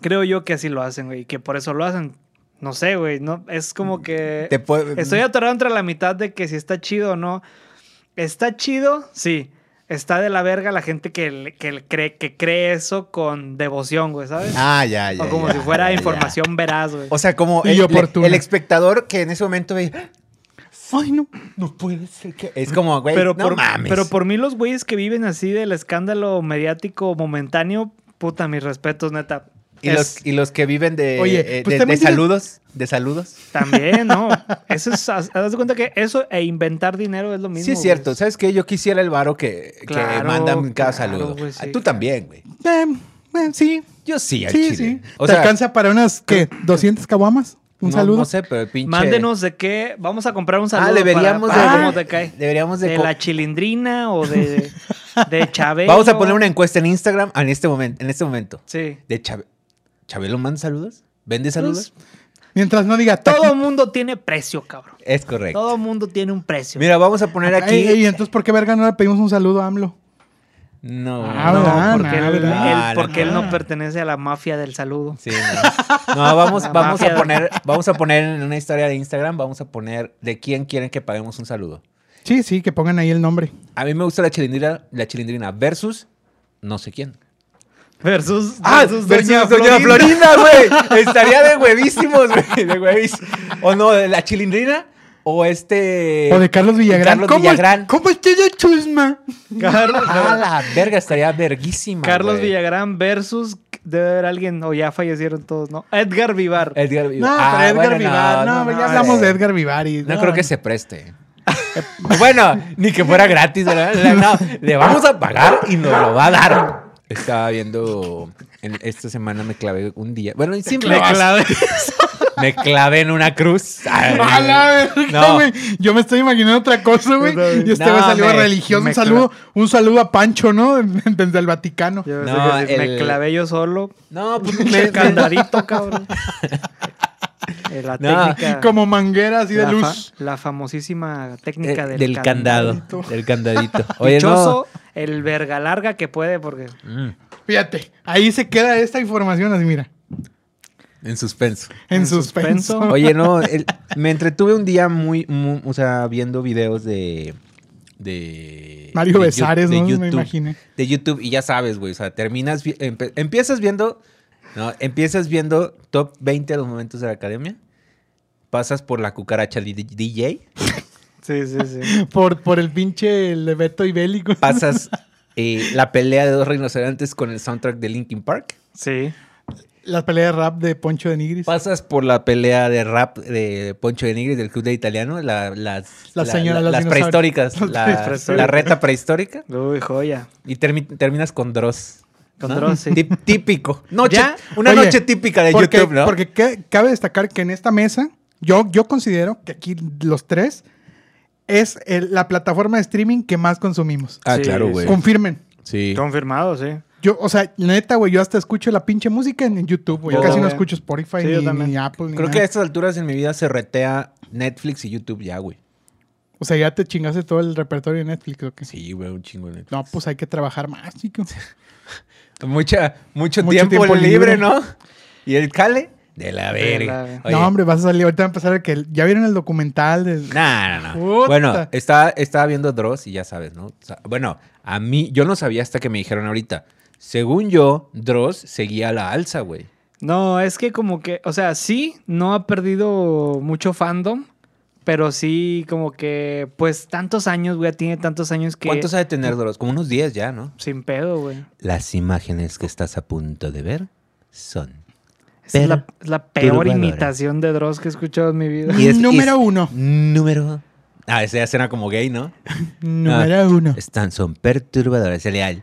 [SPEAKER 6] creo yo que así lo hacen, güey. Y que por eso lo hacen. No sé, güey. No, es como que...
[SPEAKER 5] Mm, Te puede-
[SPEAKER 6] Estoy atorado entre la mitad de que si está chido o no. ¿Está chido? Sí. Está de la verga la gente que, le- que le cree, que cree eso con devoción, güey, ¿sabes?
[SPEAKER 5] Ah, ya, ya.
[SPEAKER 6] o como
[SPEAKER 5] ya,
[SPEAKER 6] si fuera
[SPEAKER 5] ya, ya.
[SPEAKER 6] información veraz, güey.
[SPEAKER 5] O sea, como
[SPEAKER 4] Y
[SPEAKER 5] el,
[SPEAKER 4] oportuna.
[SPEAKER 5] el espectador que en ese momento ve,
[SPEAKER 4] Ay, no. Eh,
[SPEAKER 5] no puede ser que... Es como, güey,
[SPEAKER 6] pero,
[SPEAKER 5] no
[SPEAKER 6] por,
[SPEAKER 5] mames.
[SPEAKER 6] pero por mí los güeyes que viven así del escándalo mediático momentáneo, puta, mis respetos, neta.
[SPEAKER 5] y,
[SPEAKER 6] Es-
[SPEAKER 5] los, y los que viven de,
[SPEAKER 4] Oye,
[SPEAKER 5] eh,
[SPEAKER 4] pues
[SPEAKER 5] de- de,
[SPEAKER 4] también tiene-
[SPEAKER 5] saludos, de saludos.
[SPEAKER 6] También, ¿no? Eso es, haz, haz de cuenta que eso e inventar dinero es lo mismo.
[SPEAKER 5] sí, es
[SPEAKER 6] güey.
[SPEAKER 5] cierto. ¿Sabes qué? Yo quisiera el varo que, que
[SPEAKER 6] Claro,
[SPEAKER 5] mandan
[SPEAKER 6] claro,
[SPEAKER 5] cada saludo.
[SPEAKER 6] güey,
[SPEAKER 5] Ah,
[SPEAKER 6] sí,
[SPEAKER 5] Tú
[SPEAKER 6] claro.
[SPEAKER 5] también, güey.
[SPEAKER 4] Eh, eh, sí,
[SPEAKER 5] Yo sí, al
[SPEAKER 4] sí,
[SPEAKER 5] chile.
[SPEAKER 4] sí.
[SPEAKER 5] O
[SPEAKER 4] ¿Te
[SPEAKER 5] sea,
[SPEAKER 4] alcanza para unas, qué, 200 caguamas? ¿Un
[SPEAKER 5] no-
[SPEAKER 4] saludo?
[SPEAKER 5] No sé, pero el pinche...
[SPEAKER 6] Mándenos de qué. Vamos a comprar un saludo.
[SPEAKER 5] Ah, deberíamos
[SPEAKER 6] para- para
[SPEAKER 5] de...
[SPEAKER 6] cómo te cae.
[SPEAKER 5] Deberíamos de...
[SPEAKER 6] de
[SPEAKER 5] co-
[SPEAKER 6] la chilindrina o de, de Chabelo.
[SPEAKER 5] Vamos a poner una encuesta en Instagram en este momento. En este momento.
[SPEAKER 6] Sí.
[SPEAKER 5] De Chabe- ¿Chabelo manda saludos?
[SPEAKER 6] Pues,
[SPEAKER 5] ¿Vende saludos?
[SPEAKER 4] Mientras no diga
[SPEAKER 6] Todo
[SPEAKER 4] todo.
[SPEAKER 6] mundo tiene precio, cabrón.
[SPEAKER 5] es correcto.
[SPEAKER 6] Todo mundo tiene un precio.
[SPEAKER 5] Mira, vamos a poner aquí...
[SPEAKER 4] Ey, ey, entonces, ¿por qué verga no le pedimos un saludo a AMLO?
[SPEAKER 5] No.
[SPEAKER 4] Ah,
[SPEAKER 6] no,
[SPEAKER 4] ¿verdad?
[SPEAKER 6] porque,
[SPEAKER 4] Ah,
[SPEAKER 6] él,
[SPEAKER 4] ¿verdad?
[SPEAKER 6] él- porque él no pertenece a la mafia del saludo.
[SPEAKER 5] Sí, no. No, vamos,
[SPEAKER 6] La
[SPEAKER 5] vamos
[SPEAKER 6] mafia
[SPEAKER 5] a
[SPEAKER 6] de-
[SPEAKER 5] poner, vamos a poner en una historia de Instagram, vamos a poner de quién quieren que paguemos un saludo.
[SPEAKER 4] Sí, sí, que pongan ahí el nombre.
[SPEAKER 5] A mí me gusta la chilindrina, la chilindrina versus no sé quién.
[SPEAKER 6] Versus, Ah,
[SPEAKER 5] Ah,
[SPEAKER 6] versus
[SPEAKER 5] güey. Estaría de huevísimos, güey. De huevís. O no, de la chilindrina o este.
[SPEAKER 4] o de Carlos Villagrán.
[SPEAKER 5] Carlos
[SPEAKER 4] ¿Cómo,
[SPEAKER 5] Villagrán.
[SPEAKER 4] ¿Cómo está la chusma?
[SPEAKER 5] Ah,
[SPEAKER 6] Carlos,
[SPEAKER 5] la verga, estaría verguísima.
[SPEAKER 6] Carlos
[SPEAKER 5] güey.
[SPEAKER 6] Villagrán versus debe haber alguien, o ya fallecieron todos, ¿no? Edgar Vivar.
[SPEAKER 5] Edgar
[SPEAKER 4] No,
[SPEAKER 5] Vivar.
[SPEAKER 4] pero
[SPEAKER 5] Ah,
[SPEAKER 4] Edgar
[SPEAKER 5] bueno,
[SPEAKER 4] Vivar. No, ya
[SPEAKER 5] no,
[SPEAKER 4] hablamos
[SPEAKER 5] güey.
[SPEAKER 4] de Edgar Vivar. Y,
[SPEAKER 5] No, creo que se preste. bueno, ni que fuera gratis, ¿verdad? Le- No, le vamos a pagar y nos lo va a dar. Estaba viendo. en- esta semana me clavé un día. Bueno, y siempre
[SPEAKER 6] Me clavé.
[SPEAKER 5] me clavé en una cruz. Ay,
[SPEAKER 4] A la verga,
[SPEAKER 5] No.
[SPEAKER 4] güey. Yo me estoy imaginando otra cosa, güey. Y este
[SPEAKER 5] No,
[SPEAKER 4] güey salió
[SPEAKER 5] me-
[SPEAKER 4] religioso.
[SPEAKER 6] me
[SPEAKER 4] Un saludo, un saludo a Pancho, ¿no? Desde el Vaticano.
[SPEAKER 6] Yo
[SPEAKER 5] No,
[SPEAKER 6] sé que sí, me
[SPEAKER 5] el-
[SPEAKER 6] clavé yo solo.
[SPEAKER 5] No, pues
[SPEAKER 6] El
[SPEAKER 5] me, me-
[SPEAKER 6] candadito, cabrón. Eh, La
[SPEAKER 5] No.
[SPEAKER 6] técnica.
[SPEAKER 4] Como manguera así de
[SPEAKER 6] la, fa-
[SPEAKER 4] luz.
[SPEAKER 6] la famosísima técnica
[SPEAKER 5] eh,
[SPEAKER 6] del,
[SPEAKER 5] del candado. Del candadito. Oye, no.
[SPEAKER 6] Dichoso, el verga larga que puede, porque.
[SPEAKER 5] Mm,
[SPEAKER 4] Fíjate, ahí se queda esta información así, mira.
[SPEAKER 5] en suspenso.
[SPEAKER 4] En,
[SPEAKER 6] En
[SPEAKER 4] suspenso.
[SPEAKER 6] suspenso.
[SPEAKER 5] Oye, no, el- me entretuve un día muy, muy- o sea, viendo videos de. de
[SPEAKER 4] Mario
[SPEAKER 5] de Yu-
[SPEAKER 4] Besares,
[SPEAKER 5] de
[SPEAKER 4] ¿no? Me
[SPEAKER 5] YouTube.
[SPEAKER 4] imaginé.
[SPEAKER 5] de YouTube y ya sabes, güey, o sea, terminas, vi- empe- empiezas viendo, no, empiezas viendo top 20 de los momentos de la academia, pasas por la cucaracha di- DJ,
[SPEAKER 6] Sí, sí, sí.
[SPEAKER 4] Por, por el pinche el de Beto y Bélico.
[SPEAKER 5] pasas eh, la pelea de dos rinocerontes con el soundtrack de Linkin Park,
[SPEAKER 6] Sí.
[SPEAKER 4] La pelea de rap de Poncho de Nigris.
[SPEAKER 5] Pasas por la pelea de rap de Poncho de Nigris del Club de Italiano, la- las,
[SPEAKER 4] Las señoras,
[SPEAKER 5] las
[SPEAKER 4] las dinosaurios.
[SPEAKER 5] prehistóricas,
[SPEAKER 4] Las
[SPEAKER 5] la-
[SPEAKER 6] prehistóricas.
[SPEAKER 5] la reta prehistórica.
[SPEAKER 6] Uy, joya.
[SPEAKER 5] Y termi- terminas con Dross.
[SPEAKER 6] Con
[SPEAKER 5] ¿no?
[SPEAKER 6] Dross, sí.
[SPEAKER 5] Tip- típico. Noche-
[SPEAKER 6] Ya.
[SPEAKER 5] Una
[SPEAKER 4] Oye,
[SPEAKER 5] noche típica de
[SPEAKER 4] porque,
[SPEAKER 5] YouTube, ¿no?
[SPEAKER 4] Porque que- cabe destacar que en esta mesa, yo, yo considero que aquí los tres es el- la plataforma de streaming que más consumimos.
[SPEAKER 5] ah,
[SPEAKER 6] Sí,
[SPEAKER 5] claro, güey.
[SPEAKER 4] Confirmen.
[SPEAKER 5] Sí.
[SPEAKER 6] Confirmado, sí.
[SPEAKER 4] Yo, o sea, neta, güey, yo hasta escucho la pinche música en, en YouTube, güey. Yo
[SPEAKER 6] Yo
[SPEAKER 4] casi no
[SPEAKER 6] también.
[SPEAKER 4] escucho Spotify
[SPEAKER 6] Sí, yo
[SPEAKER 4] ni,
[SPEAKER 6] también.
[SPEAKER 4] ni Apple. ni
[SPEAKER 5] Creo que a
[SPEAKER 4] nada.
[SPEAKER 5] estas alturas en mi vida se retea Netflix y YouTube ya, güey.
[SPEAKER 4] O sea, ya te chingaste todo el repertorio de Netflix, ¿o qué?
[SPEAKER 5] Sí, güey, un chingo de Netflix.
[SPEAKER 4] No, pues hay que trabajar más, chico.
[SPEAKER 5] Mucha, mucho,
[SPEAKER 4] Mucho
[SPEAKER 5] tiempo,
[SPEAKER 4] tiempo
[SPEAKER 5] libre,
[SPEAKER 4] libre.
[SPEAKER 5] ¿no? Y el cale de la
[SPEAKER 6] De
[SPEAKER 5] verga.
[SPEAKER 6] la verga.
[SPEAKER 5] Oye,
[SPEAKER 4] No, hombre, vas a salir. Ahorita va a pasar que el- ya vieron el documental del.
[SPEAKER 5] Nah, nah, nah.
[SPEAKER 4] Puta.
[SPEAKER 5] Bueno, estaba, estaba viendo Dross y ya sabes, ¿no? O sea, bueno, a mí, yo no sabía hasta que me dijeron ahorita. Según yo, Dross seguía a la alza, güey.
[SPEAKER 6] No, es que como que, o sea, sí, no ha perdido mucho fandom, pero sí como que, pues tantos años, güey, tiene tantos años que...
[SPEAKER 5] ¿Cuántos ha de tener Dross? Como unos 10 ya, ¿no?
[SPEAKER 6] Sin pedo, güey.
[SPEAKER 5] Las imágenes que estás a punto de ver son.
[SPEAKER 6] Esa Es la,
[SPEAKER 5] Pero
[SPEAKER 6] es la peor
[SPEAKER 5] turbadora.
[SPEAKER 6] imitación de Dross que he escuchado en mi vida.
[SPEAKER 5] Y es-
[SPEAKER 4] número
[SPEAKER 5] y es-
[SPEAKER 4] uno.
[SPEAKER 5] Número. Ah, ese ya suena como gay, ¿no?
[SPEAKER 4] Número uno.
[SPEAKER 5] Están, son perturbadores. El leal.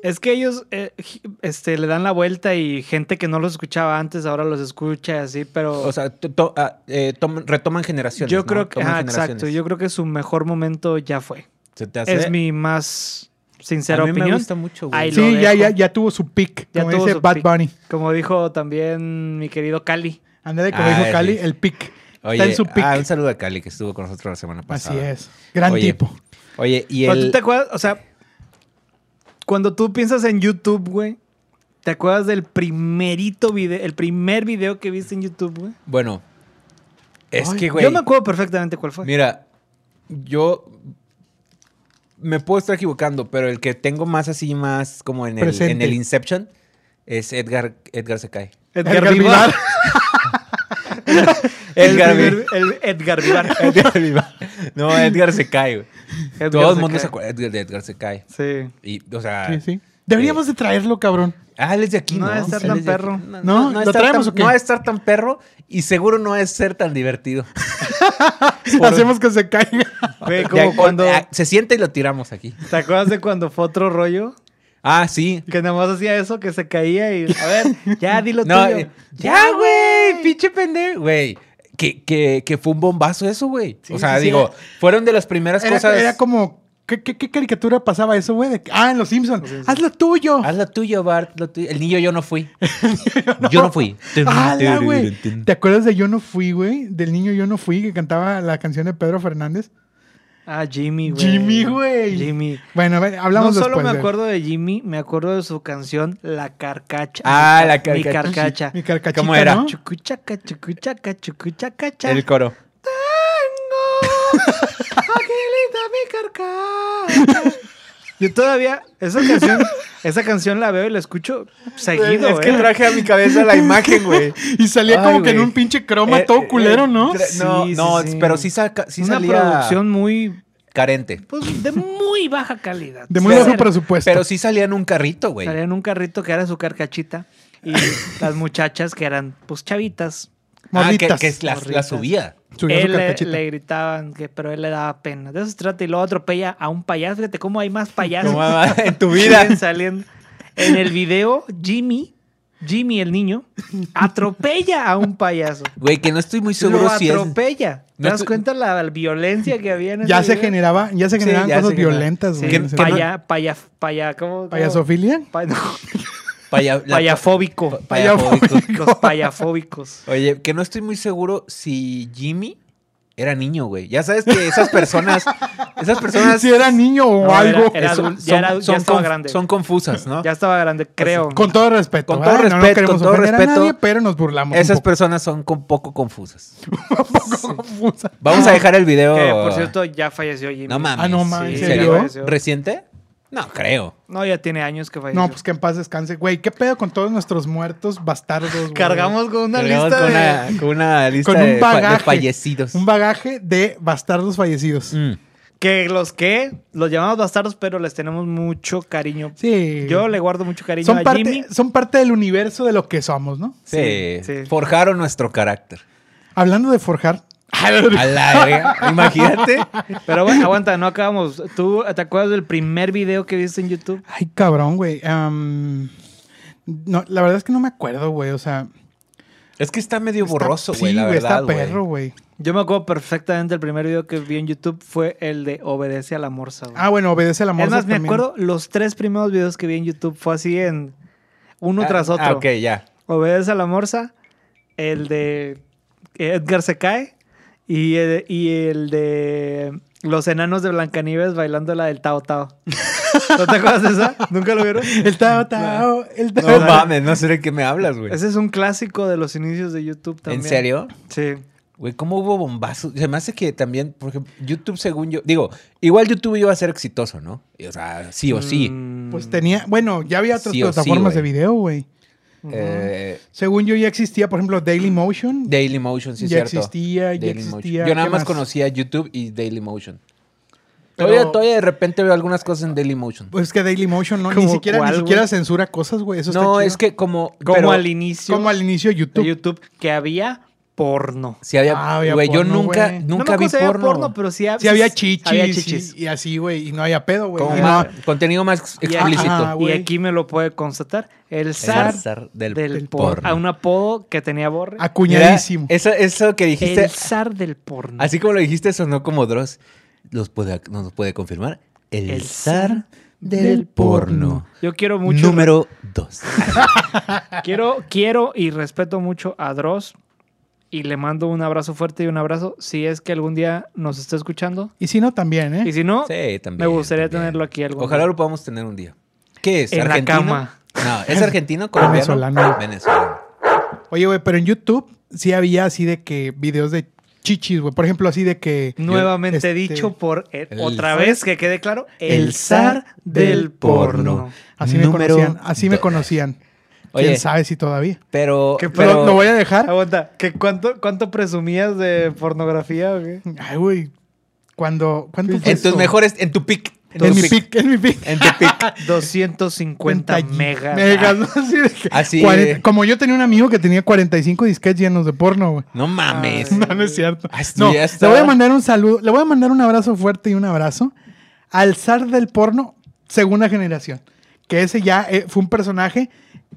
[SPEAKER 6] Es que ellos eh, gi- este, le dan la vuelta y gente que no los escuchaba antes ahora los escucha y así, pero
[SPEAKER 5] O sea, to- to- ah, eh, toman- retoman generaciones.
[SPEAKER 6] yo
[SPEAKER 5] ¿no?
[SPEAKER 6] creo que...
[SPEAKER 5] Toman
[SPEAKER 6] ajá,
[SPEAKER 5] generaciones.
[SPEAKER 6] exacto, yo creo que su mejor momento ya fue.
[SPEAKER 5] Se te hace-
[SPEAKER 6] Es mi más sincera
[SPEAKER 5] A mí me
[SPEAKER 6] opinión.
[SPEAKER 5] gusta mucho,
[SPEAKER 6] Ay,
[SPEAKER 5] güey.
[SPEAKER 6] y lo
[SPEAKER 4] Sí, ya,
[SPEAKER 6] dejo.
[SPEAKER 4] ya, ya tuvo su pick.
[SPEAKER 6] Ya
[SPEAKER 4] como
[SPEAKER 6] tuvo
[SPEAKER 4] dice
[SPEAKER 6] su
[SPEAKER 4] Bad
[SPEAKER 6] pick.
[SPEAKER 4] Bunny.
[SPEAKER 6] Como dijo también mi querido Cali.
[SPEAKER 4] Ándale, como
[SPEAKER 5] Ah,
[SPEAKER 4] dijo
[SPEAKER 5] sí.
[SPEAKER 4] Cali, el pick.
[SPEAKER 5] Oye,
[SPEAKER 4] Está en su pick.
[SPEAKER 5] ah, un saludo a Cali que estuvo con nosotros la semana pasada.
[SPEAKER 4] Así es. Gran
[SPEAKER 5] Oye,
[SPEAKER 4] tipo.
[SPEAKER 5] Oye, y
[SPEAKER 6] Pero
[SPEAKER 5] el.
[SPEAKER 6] tú te acuerdas, o sea, cuando tú piensas en YouTube, güey, ¿te acuerdas del primerito video, el primer video que viste en YouTube, güey?
[SPEAKER 5] Bueno, es
[SPEAKER 6] Ay,
[SPEAKER 5] que, güey.
[SPEAKER 6] Yo me acuerdo perfectamente cuál fue.
[SPEAKER 5] Mira, yo me puedo estar equivocando, pero el que tengo más así, más como en el,
[SPEAKER 4] Presente.
[SPEAKER 5] en el Inception, es Edgar, Edgar se cae.
[SPEAKER 6] Edgar,
[SPEAKER 4] Edgar
[SPEAKER 6] Vivar. El
[SPEAKER 5] Edgar
[SPEAKER 6] primer-
[SPEAKER 5] Vivar.
[SPEAKER 6] el Edgar Vivar.
[SPEAKER 5] Edgar Vivar. No, Edgar se cae, güey.
[SPEAKER 6] Edgar
[SPEAKER 5] Todo el
[SPEAKER 6] se
[SPEAKER 5] mundo
[SPEAKER 6] cae.
[SPEAKER 5] se acuerda de de Edgar se cae.
[SPEAKER 6] Sí.
[SPEAKER 5] Y, o sea.
[SPEAKER 4] Sí, sí. Deberíamos de traerlo, cabrón.
[SPEAKER 5] Ah, él es de aquí,
[SPEAKER 6] No
[SPEAKER 5] ¿no?
[SPEAKER 6] ha de estar
[SPEAKER 5] Él
[SPEAKER 6] tan
[SPEAKER 5] es de aquí.
[SPEAKER 6] perro.
[SPEAKER 4] No,
[SPEAKER 5] No, no ha de
[SPEAKER 4] ¿lo
[SPEAKER 5] estar
[SPEAKER 4] traemos
[SPEAKER 5] tan-
[SPEAKER 4] o qué?
[SPEAKER 5] no ha de estar tan perro y seguro no es ser tan divertido. Por-
[SPEAKER 4] Hacemos que se caiga.
[SPEAKER 6] Güey,
[SPEAKER 5] Ya,
[SPEAKER 6] como
[SPEAKER 5] o-
[SPEAKER 6] cuando.
[SPEAKER 5] ah, Se sienta y lo tiramos aquí.
[SPEAKER 6] ¿Te acuerdas de cuando fue otro rollo?
[SPEAKER 5] Ah, sí.
[SPEAKER 6] Que nada más hacía eso, que se caía y. A ver, ya dilo
[SPEAKER 5] No,
[SPEAKER 6] tuyo.
[SPEAKER 5] eh, ya, güey, pinche pendejo, güey. Que, que, que fue un bombazo eso, güey.
[SPEAKER 4] Sí,
[SPEAKER 5] o sea,
[SPEAKER 4] sí, sí,
[SPEAKER 5] digo, fueron de las primeras
[SPEAKER 4] Era,
[SPEAKER 5] cosas.
[SPEAKER 4] era como. ¿qué, qué, qué caricatura pasaba eso, güey? De que- Ah, en Los Simpsons.
[SPEAKER 6] Los Simpson.
[SPEAKER 4] Haz lo tuyo.
[SPEAKER 5] Haz lo tuyo, Bart. lo tuyo. El niño yo no fui. Yo no fui.
[SPEAKER 4] ¡Hala, güey! ¿Te acuerdas de Yo no fui, güey? Del niño Yo no fui que cantaba la canción de Pedro Fernández.
[SPEAKER 6] Ah, Jimmy, güey.
[SPEAKER 4] Jimmy, güey.
[SPEAKER 6] Jimmy.
[SPEAKER 4] Bueno, a ver, hablamos
[SPEAKER 6] no solo
[SPEAKER 4] después.
[SPEAKER 6] me
[SPEAKER 4] de-
[SPEAKER 6] acuerdo de Jimmy, me acuerdo de su canción La Carcacha.
[SPEAKER 5] Ah,
[SPEAKER 6] Mi
[SPEAKER 5] La
[SPEAKER 6] car-
[SPEAKER 5] Carcacha.
[SPEAKER 6] Mi Carcacha.
[SPEAKER 4] Mi carcachita,
[SPEAKER 5] ¿Cómo era?
[SPEAKER 4] ¿no?
[SPEAKER 6] Chucuchaca, chucuchaca, chucuchacacha.
[SPEAKER 5] El coro.
[SPEAKER 6] Angelita, mi carcacha. Yo todavía, esa canción, esa canción la veo y la escucho seguido,
[SPEAKER 5] es que
[SPEAKER 6] ¿eh?
[SPEAKER 5] traje a mi cabeza la imagen, güey.
[SPEAKER 4] Y salía
[SPEAKER 5] Ay,
[SPEAKER 4] como que en
[SPEAKER 5] güey.
[SPEAKER 4] un pinche croma
[SPEAKER 5] Eh,
[SPEAKER 4] todo
[SPEAKER 5] eh,
[SPEAKER 4] culero, ¿no?
[SPEAKER 5] tra-
[SPEAKER 6] Sí,
[SPEAKER 5] No,
[SPEAKER 6] sí,
[SPEAKER 5] no,
[SPEAKER 6] sí.
[SPEAKER 5] pero sí, saca, sí
[SPEAKER 6] Una
[SPEAKER 5] salía
[SPEAKER 6] producción muy,
[SPEAKER 5] carente.
[SPEAKER 6] pues, de muy baja calidad.
[SPEAKER 4] De muy
[SPEAKER 6] Pero-
[SPEAKER 4] bajo presupuesto.
[SPEAKER 5] Pero ah, sí salía en un carrito, güey. Ah,
[SPEAKER 6] Salía en un carrito que era su carcachita y las muchachas que eran, pues, chavitas.
[SPEAKER 5] Ah, que,
[SPEAKER 4] Morritas.
[SPEAKER 5] que la, la
[SPEAKER 6] Morritas.
[SPEAKER 5] subía.
[SPEAKER 4] Subía su
[SPEAKER 6] él le,
[SPEAKER 4] carcachita.
[SPEAKER 6] le gritaban, que, pero él le daba pena. De eso se trata. Y luego atropella a un payaso. Fíjate cómo hay más payasos.
[SPEAKER 5] Como en tu
[SPEAKER 6] que
[SPEAKER 5] vida.
[SPEAKER 6] siguen saliendo. En el video, Jimmy, Jimmy el niño, atropella a un payaso.
[SPEAKER 5] Güey, que no estoy muy
[SPEAKER 6] Lo
[SPEAKER 5] seguro si es.
[SPEAKER 6] atropella. ¿Te
[SPEAKER 5] No
[SPEAKER 6] das
[SPEAKER 5] estoy-
[SPEAKER 6] cuenta la violencia que había en ese
[SPEAKER 4] Ya se
[SPEAKER 6] video?
[SPEAKER 4] generaba, ya se
[SPEAKER 5] Sí,
[SPEAKER 4] generaban
[SPEAKER 5] ya se
[SPEAKER 4] cosas
[SPEAKER 5] generaba.
[SPEAKER 4] violentas,
[SPEAKER 6] Sí,
[SPEAKER 4] güey. en ese
[SPEAKER 5] que no-
[SPEAKER 4] momento.
[SPEAKER 6] paya, paya, paya, ¿cómo? cómo?
[SPEAKER 4] ¿Payasofilia?
[SPEAKER 6] Pa- no,
[SPEAKER 5] Paya- la-
[SPEAKER 6] payafóbico.
[SPEAKER 5] payafóbico.
[SPEAKER 6] Los payafóbicos.
[SPEAKER 5] Oye, que no estoy muy seguro si Jimmy era niño, güey. Ya sabes que esas personas, esas personas
[SPEAKER 4] Si era niño o
[SPEAKER 6] No, era-
[SPEAKER 4] algo.
[SPEAKER 6] era- adulto, ya era- ya estaba grande.
[SPEAKER 5] son confusas, ¿no?
[SPEAKER 6] Ya estaba grande, creo.
[SPEAKER 4] Con todo respeto.
[SPEAKER 5] Con
[SPEAKER 4] ¿verdad?
[SPEAKER 5] todo
[SPEAKER 4] No, no
[SPEAKER 5] respeto,
[SPEAKER 4] queremos
[SPEAKER 5] con todo
[SPEAKER 4] ofender a
[SPEAKER 5] respeto.
[SPEAKER 4] nadie, pero nos burlamos. un
[SPEAKER 5] Esas
[SPEAKER 4] poco.
[SPEAKER 5] personas son con poco confusas.
[SPEAKER 4] Un poco confusa.
[SPEAKER 5] Vamos a dejar el video.
[SPEAKER 6] Que, por cierto, ya falleció Jimmy.
[SPEAKER 5] no mames.
[SPEAKER 4] Ah, no mames,
[SPEAKER 6] ¿en
[SPEAKER 5] ¿En
[SPEAKER 6] serio?
[SPEAKER 5] serio? ¿Reciente? No, creo.
[SPEAKER 6] No, ya tiene años que falleció.
[SPEAKER 4] No, pues que en paz descanse. Güey, ¿qué pedo con todos nuestros muertos bastardos? güey?
[SPEAKER 6] Cargamos con una
[SPEAKER 5] Creo
[SPEAKER 6] lista
[SPEAKER 5] con,
[SPEAKER 6] de...
[SPEAKER 5] una, con una lista
[SPEAKER 4] con un
[SPEAKER 5] de, fa- de
[SPEAKER 4] bagaje.
[SPEAKER 5] fallecidos.
[SPEAKER 4] Un bagaje de bastardos fallecidos.
[SPEAKER 5] Mm.
[SPEAKER 6] Que los que los llamamos bastardos, pero les tenemos mucho cariño.
[SPEAKER 4] Sí.
[SPEAKER 6] Yo le guardo mucho cariño
[SPEAKER 4] son
[SPEAKER 6] a
[SPEAKER 4] parte,
[SPEAKER 6] Jimmy.
[SPEAKER 4] son parte del universo de lo que somos, ¿no?
[SPEAKER 5] Sí,
[SPEAKER 6] sí.
[SPEAKER 5] Forjaron nuestro carácter.
[SPEAKER 4] Hablando de forjar.
[SPEAKER 5] A la verga. Imagínate.
[SPEAKER 6] Pero bueno, aguanta, no acabamos. ¿Tú te acuerdas del primer video que viste en YouTube?
[SPEAKER 4] Ay, cabrón, güey. Am, no, la verdad es que no me acuerdo, güey. O sea.
[SPEAKER 5] Es que está medio
[SPEAKER 4] está-
[SPEAKER 5] borroso, güey.
[SPEAKER 4] sí,
[SPEAKER 5] la
[SPEAKER 4] güey,
[SPEAKER 5] verdad,
[SPEAKER 4] Está perro,
[SPEAKER 5] güey.
[SPEAKER 4] güey.
[SPEAKER 6] Yo me acuerdo perfectamente el primer video que vi en YouTube fue el de Obedece a la Morsa. güey.
[SPEAKER 4] Ah, bueno, obedece a la
[SPEAKER 6] es
[SPEAKER 4] morsa
[SPEAKER 6] más, me
[SPEAKER 4] también.
[SPEAKER 6] acuerdo los tres primeros videos que vi en YouTube fue así en uno
[SPEAKER 5] Ah,
[SPEAKER 6] tras otro.
[SPEAKER 5] Ah, ok, ya.
[SPEAKER 6] Obedece a la Morsa, el de Edgar se cae y el, y el de los enanos de Blancanieves bailando la del Tao Tao. ¿No te acuerdas de esa? ¿Nunca lo vieron?
[SPEAKER 4] El tao, tao, el tao.
[SPEAKER 5] No mames, no sé de qué me hablas, güey.
[SPEAKER 6] Ese es un clásico de los inicios de YouTube también.
[SPEAKER 5] ¿En serio?
[SPEAKER 6] Sí.
[SPEAKER 5] Güey, ¿cómo hubo bombazos? Se me hace que también, por ejemplo, YouTube, según yo. Digo, igual YouTube iba a ser exitoso, ¿no? Y, O sea, sí o sí.
[SPEAKER 6] Mm,
[SPEAKER 4] Pues tenía. Bueno, ya había otras
[SPEAKER 5] Sí o sí,
[SPEAKER 4] plataformas de
[SPEAKER 5] güey.
[SPEAKER 4] video, güey.
[SPEAKER 5] Eh,
[SPEAKER 4] Según yo, ya existía, por ejemplo, Daily Motion.
[SPEAKER 5] Daily Motion, Mm. sí, es
[SPEAKER 4] Ya
[SPEAKER 5] cierto.
[SPEAKER 4] existía, ya
[SPEAKER 5] Dailymotion.
[SPEAKER 4] existía.
[SPEAKER 5] Yo nada
[SPEAKER 4] ¿Qué
[SPEAKER 5] más
[SPEAKER 4] más?
[SPEAKER 5] conocía YouTube y Daily Motion.
[SPEAKER 4] Pero-
[SPEAKER 5] Todavía, todavía de repente veo algunas cosas en Daily Motion.
[SPEAKER 4] Pues es que Daily Motion no, ni
[SPEAKER 6] ¿Cómo
[SPEAKER 4] siquiera,
[SPEAKER 6] cuál,
[SPEAKER 4] ni siquiera
[SPEAKER 6] güey?
[SPEAKER 4] censura cosas, güey. Eso está
[SPEAKER 5] No,
[SPEAKER 4] chido.
[SPEAKER 5] es que como.
[SPEAKER 6] Como
[SPEAKER 5] pero
[SPEAKER 6] al inicio
[SPEAKER 4] Como al inicio
[SPEAKER 6] de
[SPEAKER 4] YouTube.
[SPEAKER 6] YouTube que había porno.
[SPEAKER 5] Si había.
[SPEAKER 4] Ah, había
[SPEAKER 5] güey, yo
[SPEAKER 4] porno,
[SPEAKER 5] nunca,
[SPEAKER 4] güey.
[SPEAKER 5] nunca
[SPEAKER 6] no me acuerdo
[SPEAKER 5] vi
[SPEAKER 6] si había
[SPEAKER 5] porno.
[SPEAKER 6] pero sí, hab-
[SPEAKER 4] Sí había chichis,
[SPEAKER 6] había chichis.
[SPEAKER 4] Y, y así, güey. Y no había pedo, güey.
[SPEAKER 5] Como
[SPEAKER 4] Y
[SPEAKER 5] más-
[SPEAKER 4] no-
[SPEAKER 5] contenido más
[SPEAKER 6] Y-
[SPEAKER 5] explícito.
[SPEAKER 4] Ajá,
[SPEAKER 6] Y
[SPEAKER 4] güey.
[SPEAKER 6] aquí me lo puede constatar. El
[SPEAKER 5] El
[SPEAKER 6] zar
[SPEAKER 5] zar
[SPEAKER 6] del,
[SPEAKER 5] del,
[SPEAKER 6] porno.
[SPEAKER 5] porno.
[SPEAKER 6] A un apodo que tenía Borre.
[SPEAKER 4] acuñadísimo.
[SPEAKER 5] Mira, Eso, eso que dijiste,
[SPEAKER 6] El zar del porno.
[SPEAKER 5] así como lo dijiste, sonó como Dross. Los puede, ¿Nos puede confirmar? El,
[SPEAKER 6] El zar
[SPEAKER 5] zar del,
[SPEAKER 4] del
[SPEAKER 5] porno.
[SPEAKER 6] Yo quiero mucho.
[SPEAKER 5] Número 2.
[SPEAKER 6] Quiero, quiero y respeto mucho a Dross. Y le mando un abrazo fuerte y un abrazo. Si es que algún día nos está escuchando.
[SPEAKER 4] Y si no, también, ¿eh?
[SPEAKER 6] Y si no,
[SPEAKER 5] Sí, también.
[SPEAKER 6] me gustaría
[SPEAKER 5] también.
[SPEAKER 6] tenerlo aquí algún
[SPEAKER 5] Ojalá
[SPEAKER 6] día.
[SPEAKER 5] lo podamos tener un día. ¿Qué es?
[SPEAKER 6] En la
[SPEAKER 5] ¿Argentino?
[SPEAKER 6] cama.
[SPEAKER 5] No, ¿es argentino? colombiano?
[SPEAKER 4] Venezolano.
[SPEAKER 5] Venezolano.
[SPEAKER 4] Oye, güey, pero en YouTube sí había así de que videos de chichis, güey. Por ejemplo, así de que.
[SPEAKER 6] Nuevamente
[SPEAKER 4] Este-
[SPEAKER 6] dicho por el-
[SPEAKER 5] El
[SPEAKER 6] otra
[SPEAKER 5] zar-
[SPEAKER 6] vez que quede claro, el,
[SPEAKER 4] el
[SPEAKER 6] zar
[SPEAKER 4] zar
[SPEAKER 6] del
[SPEAKER 4] del
[SPEAKER 6] porno.
[SPEAKER 5] porno.
[SPEAKER 4] Así me
[SPEAKER 5] Número
[SPEAKER 4] conocían. Así me
[SPEAKER 5] dos.
[SPEAKER 4] conocían.
[SPEAKER 5] Oye, Ah,
[SPEAKER 4] Quién sabe si todavía.
[SPEAKER 5] pero...
[SPEAKER 6] Qué
[SPEAKER 4] Pero,
[SPEAKER 5] pero-
[SPEAKER 4] lo voy a dejar.
[SPEAKER 6] Aguanta, ¿que cuánto, ¿cuánto presumías de pornografía o qué?
[SPEAKER 4] Ay, güey. Cuando. ¿Cuánto fue
[SPEAKER 5] En tus
[SPEAKER 4] eso?
[SPEAKER 5] mejores... En tu pick.
[SPEAKER 4] En mi pic, en mi pic.
[SPEAKER 5] En tu pick.
[SPEAKER 6] 250
[SPEAKER 4] Cuenta-
[SPEAKER 6] megas.
[SPEAKER 5] ah.
[SPEAKER 6] Ah,
[SPEAKER 4] Megas, ¿no? Así de que
[SPEAKER 5] Así,
[SPEAKER 4] cuarenta-
[SPEAKER 5] eh.
[SPEAKER 4] como yo tenía un amigo que tenía 45 disquetes llenos de porno, güey.
[SPEAKER 5] No mames.
[SPEAKER 4] No, no es cierto.
[SPEAKER 5] Ah, esto
[SPEAKER 4] No,
[SPEAKER 5] ya
[SPEAKER 4] le
[SPEAKER 5] está.
[SPEAKER 4] voy a mandar un saludo, le voy a mandar un abrazo fuerte y un abrazo al zar del porno, segunda generación. Que ese ya eh, fue un personaje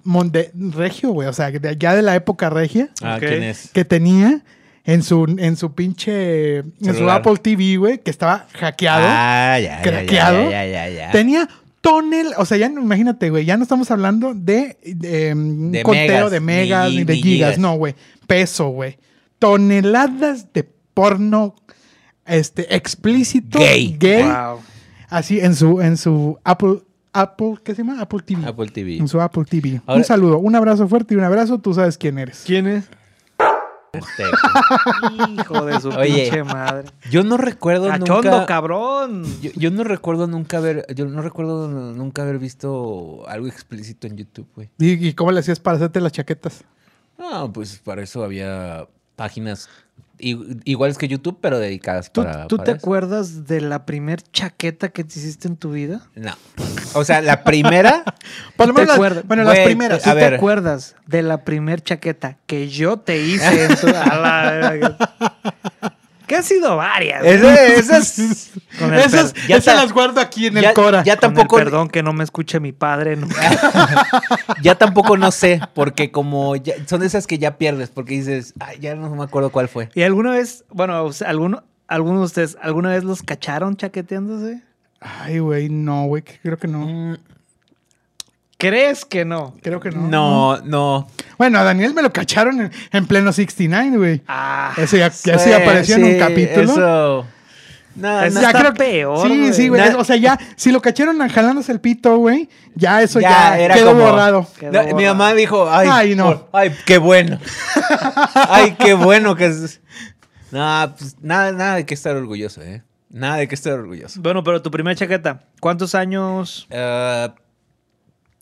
[SPEAKER 4] monde- regio, güey. O sea, que de- ya de la época regia
[SPEAKER 5] Ah,
[SPEAKER 6] Ok.
[SPEAKER 5] ¿quién es?
[SPEAKER 4] que tenía en su, en su pinche. En su
[SPEAKER 5] Celular.
[SPEAKER 4] Apple TV, güey, que estaba hackeado.
[SPEAKER 5] Ah, ya, ya,
[SPEAKER 4] Craqueado.
[SPEAKER 5] ya, ya, ya, ya.
[SPEAKER 4] Tenía tonel, o sea, ya no- imagínate, güey, ya no estamos hablando de, de, em,
[SPEAKER 5] De
[SPEAKER 4] conteo
[SPEAKER 5] megas,
[SPEAKER 4] de megas
[SPEAKER 5] ni-
[SPEAKER 4] ni, de
[SPEAKER 5] ni
[SPEAKER 4] gigas,
[SPEAKER 5] gigas.
[SPEAKER 4] no, güey, peso, güey. Toneladas de porno este explícito
[SPEAKER 5] Gay.
[SPEAKER 6] Wow.
[SPEAKER 4] así en su en su Apple Apple, ¿qué se llama? Apple TV.
[SPEAKER 5] Apple TV.
[SPEAKER 4] En su Apple TV.
[SPEAKER 5] Ahora-
[SPEAKER 4] un saludo, un abrazo fuerte y un abrazo, tú sabes quién eres.
[SPEAKER 6] ¿Quién es?
[SPEAKER 5] Este,
[SPEAKER 6] Hijo de su
[SPEAKER 5] Oye.
[SPEAKER 6] pinche madre.
[SPEAKER 5] Yo no recuerdo
[SPEAKER 6] Cachondo,
[SPEAKER 5] nunca...
[SPEAKER 6] cabrón.
[SPEAKER 5] Yo, yo no recuerdo nunca haber, yo no recuerdo nunca haber visto algo explícito en YouTube, güey.
[SPEAKER 4] ¿Y, y cómo le hacías para hacerte las chaquetas?
[SPEAKER 5] Ah, pues para eso había páginas i- iguales que YouTube, pero dedicadas
[SPEAKER 6] ¿Tú,
[SPEAKER 5] para.
[SPEAKER 6] tú
[SPEAKER 5] para
[SPEAKER 6] te
[SPEAKER 5] eso.
[SPEAKER 6] acuerdas de la primer chaqueta que te hiciste en tu vida?
[SPEAKER 5] No. O sea, la primera.
[SPEAKER 4] Por lo
[SPEAKER 6] te
[SPEAKER 4] menos las-
[SPEAKER 6] acuerdas? pues,
[SPEAKER 4] bueno,
[SPEAKER 5] Güey,
[SPEAKER 4] las primeras.
[SPEAKER 6] ¿Tú
[SPEAKER 5] A
[SPEAKER 6] te
[SPEAKER 5] ver.
[SPEAKER 6] acuerdas de la primer chaqueta que yo te hice en tu... A la- que han sido varias. ¿eh?
[SPEAKER 5] esa- esas.
[SPEAKER 6] Con el
[SPEAKER 4] esas
[SPEAKER 6] per-
[SPEAKER 5] ya
[SPEAKER 4] esas
[SPEAKER 5] ta-
[SPEAKER 4] las guardo aquí en el
[SPEAKER 5] ya,
[SPEAKER 4] Cora.
[SPEAKER 5] ya
[SPEAKER 6] con el
[SPEAKER 5] tampoco.
[SPEAKER 6] perdón que no me escuche mi padre. no.
[SPEAKER 5] Ya tampoco no sé, porque como ya- son esas que ya pierdes, porque dices, "Ay, ya no me acuerdo cuál fue.
[SPEAKER 6] ¿Y alguna vez, bueno, o sea, alguno, algunos de ustedes, alguna vez los cacharon chaqueteándose?
[SPEAKER 4] Ay, güey, no, güey, creo que no.
[SPEAKER 5] Mm,
[SPEAKER 6] ¿Crees que no?
[SPEAKER 4] Creo que no.
[SPEAKER 5] No, no.
[SPEAKER 4] Bueno, a Daniel me lo cacharon en, en pleno 69, güey.
[SPEAKER 6] Ah,
[SPEAKER 4] Eso ya, ya se
[SPEAKER 5] Güey,
[SPEAKER 4] apareció en
[SPEAKER 5] sí,
[SPEAKER 4] un capítulo.
[SPEAKER 5] Eso. No,
[SPEAKER 6] Eso
[SPEAKER 5] no.
[SPEAKER 6] ya
[SPEAKER 5] está-
[SPEAKER 6] está peor,
[SPEAKER 4] Sí,
[SPEAKER 6] güey.
[SPEAKER 4] sí, güey.
[SPEAKER 5] Na-
[SPEAKER 4] Es- O sea, ya, si lo cacharon jalándose el pito, güey, ya eso
[SPEAKER 5] Ya,
[SPEAKER 4] ya,
[SPEAKER 5] era
[SPEAKER 4] quedó
[SPEAKER 5] como-
[SPEAKER 4] borrado.
[SPEAKER 6] quedó
[SPEAKER 5] No, mi
[SPEAKER 6] borrado.
[SPEAKER 5] mamá dijo, ay,
[SPEAKER 4] Ay, no.
[SPEAKER 5] por- ay, qué bueno. ay, qué bueno que es. Nah, pues, nada, nada de que estar orgulloso, ¿eh? Nada de que estar orgulloso.
[SPEAKER 6] Bueno, pero tu primera chaqueta, ¿cuántos años?
[SPEAKER 5] Ah,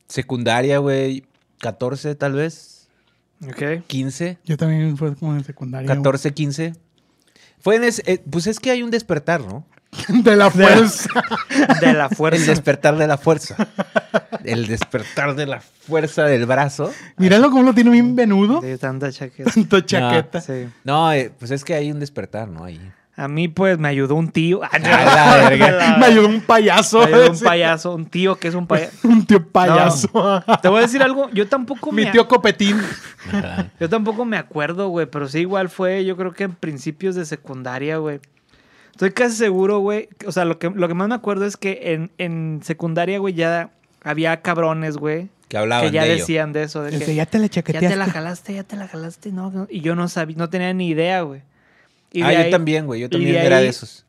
[SPEAKER 5] secundaria, güey, 14 tal vez,
[SPEAKER 6] Ok.
[SPEAKER 5] 15,
[SPEAKER 4] Yo también fue como en secundaria. güey.
[SPEAKER 5] 14, 15. Fue en ese- eh, pues es que hay un despertar, ¿no?
[SPEAKER 4] de la fuerza.
[SPEAKER 6] De la
[SPEAKER 5] El
[SPEAKER 6] fuerza.
[SPEAKER 5] despertar de la fuerza. El despertar de la fuerza del brazo.
[SPEAKER 4] Míralo cómo lo tiene bien venudo.
[SPEAKER 6] De tanta chaqueta.
[SPEAKER 4] Tanto chaqueta.
[SPEAKER 6] Sí.
[SPEAKER 5] No, eh, pues es que hay un despertar, ¿no? Ahí.
[SPEAKER 6] A mí, pues, me ayudó un tío. Ah, no.
[SPEAKER 5] A la verga.
[SPEAKER 4] Me ayudó un payaso.
[SPEAKER 6] Me ayudó un
[SPEAKER 4] sí.
[SPEAKER 6] payaso, un tío que es un payaso.
[SPEAKER 4] Un tío payaso.
[SPEAKER 6] Te voy a decir algo, yo tampoco
[SPEAKER 4] Mi
[SPEAKER 6] me
[SPEAKER 4] tío copetín.
[SPEAKER 6] yo tampoco me acuerdo, güey, pero sí igual fue, yo creo que en principios de secundaria, güey. Estoy casi seguro, güey, o sea, lo que, lo que más me acuerdo es que en, en secundaria, güey, ya había cabrones, güey,
[SPEAKER 5] Que hablaban
[SPEAKER 6] que ya
[SPEAKER 5] de ello.
[SPEAKER 6] decían de eso, de que,
[SPEAKER 4] Dice, Este, ya te la
[SPEAKER 6] Este, ya
[SPEAKER 4] chaqueteaste.
[SPEAKER 6] te la jalaste, ya te la jalaste, no, no", y yo no sabía, no tenía ni idea, güey. Y
[SPEAKER 5] Ah,
[SPEAKER 6] de
[SPEAKER 5] yo
[SPEAKER 6] ahí-
[SPEAKER 5] también, güey. Yo
[SPEAKER 6] y
[SPEAKER 5] también
[SPEAKER 6] de
[SPEAKER 5] era
[SPEAKER 6] ahí-
[SPEAKER 5] de esos.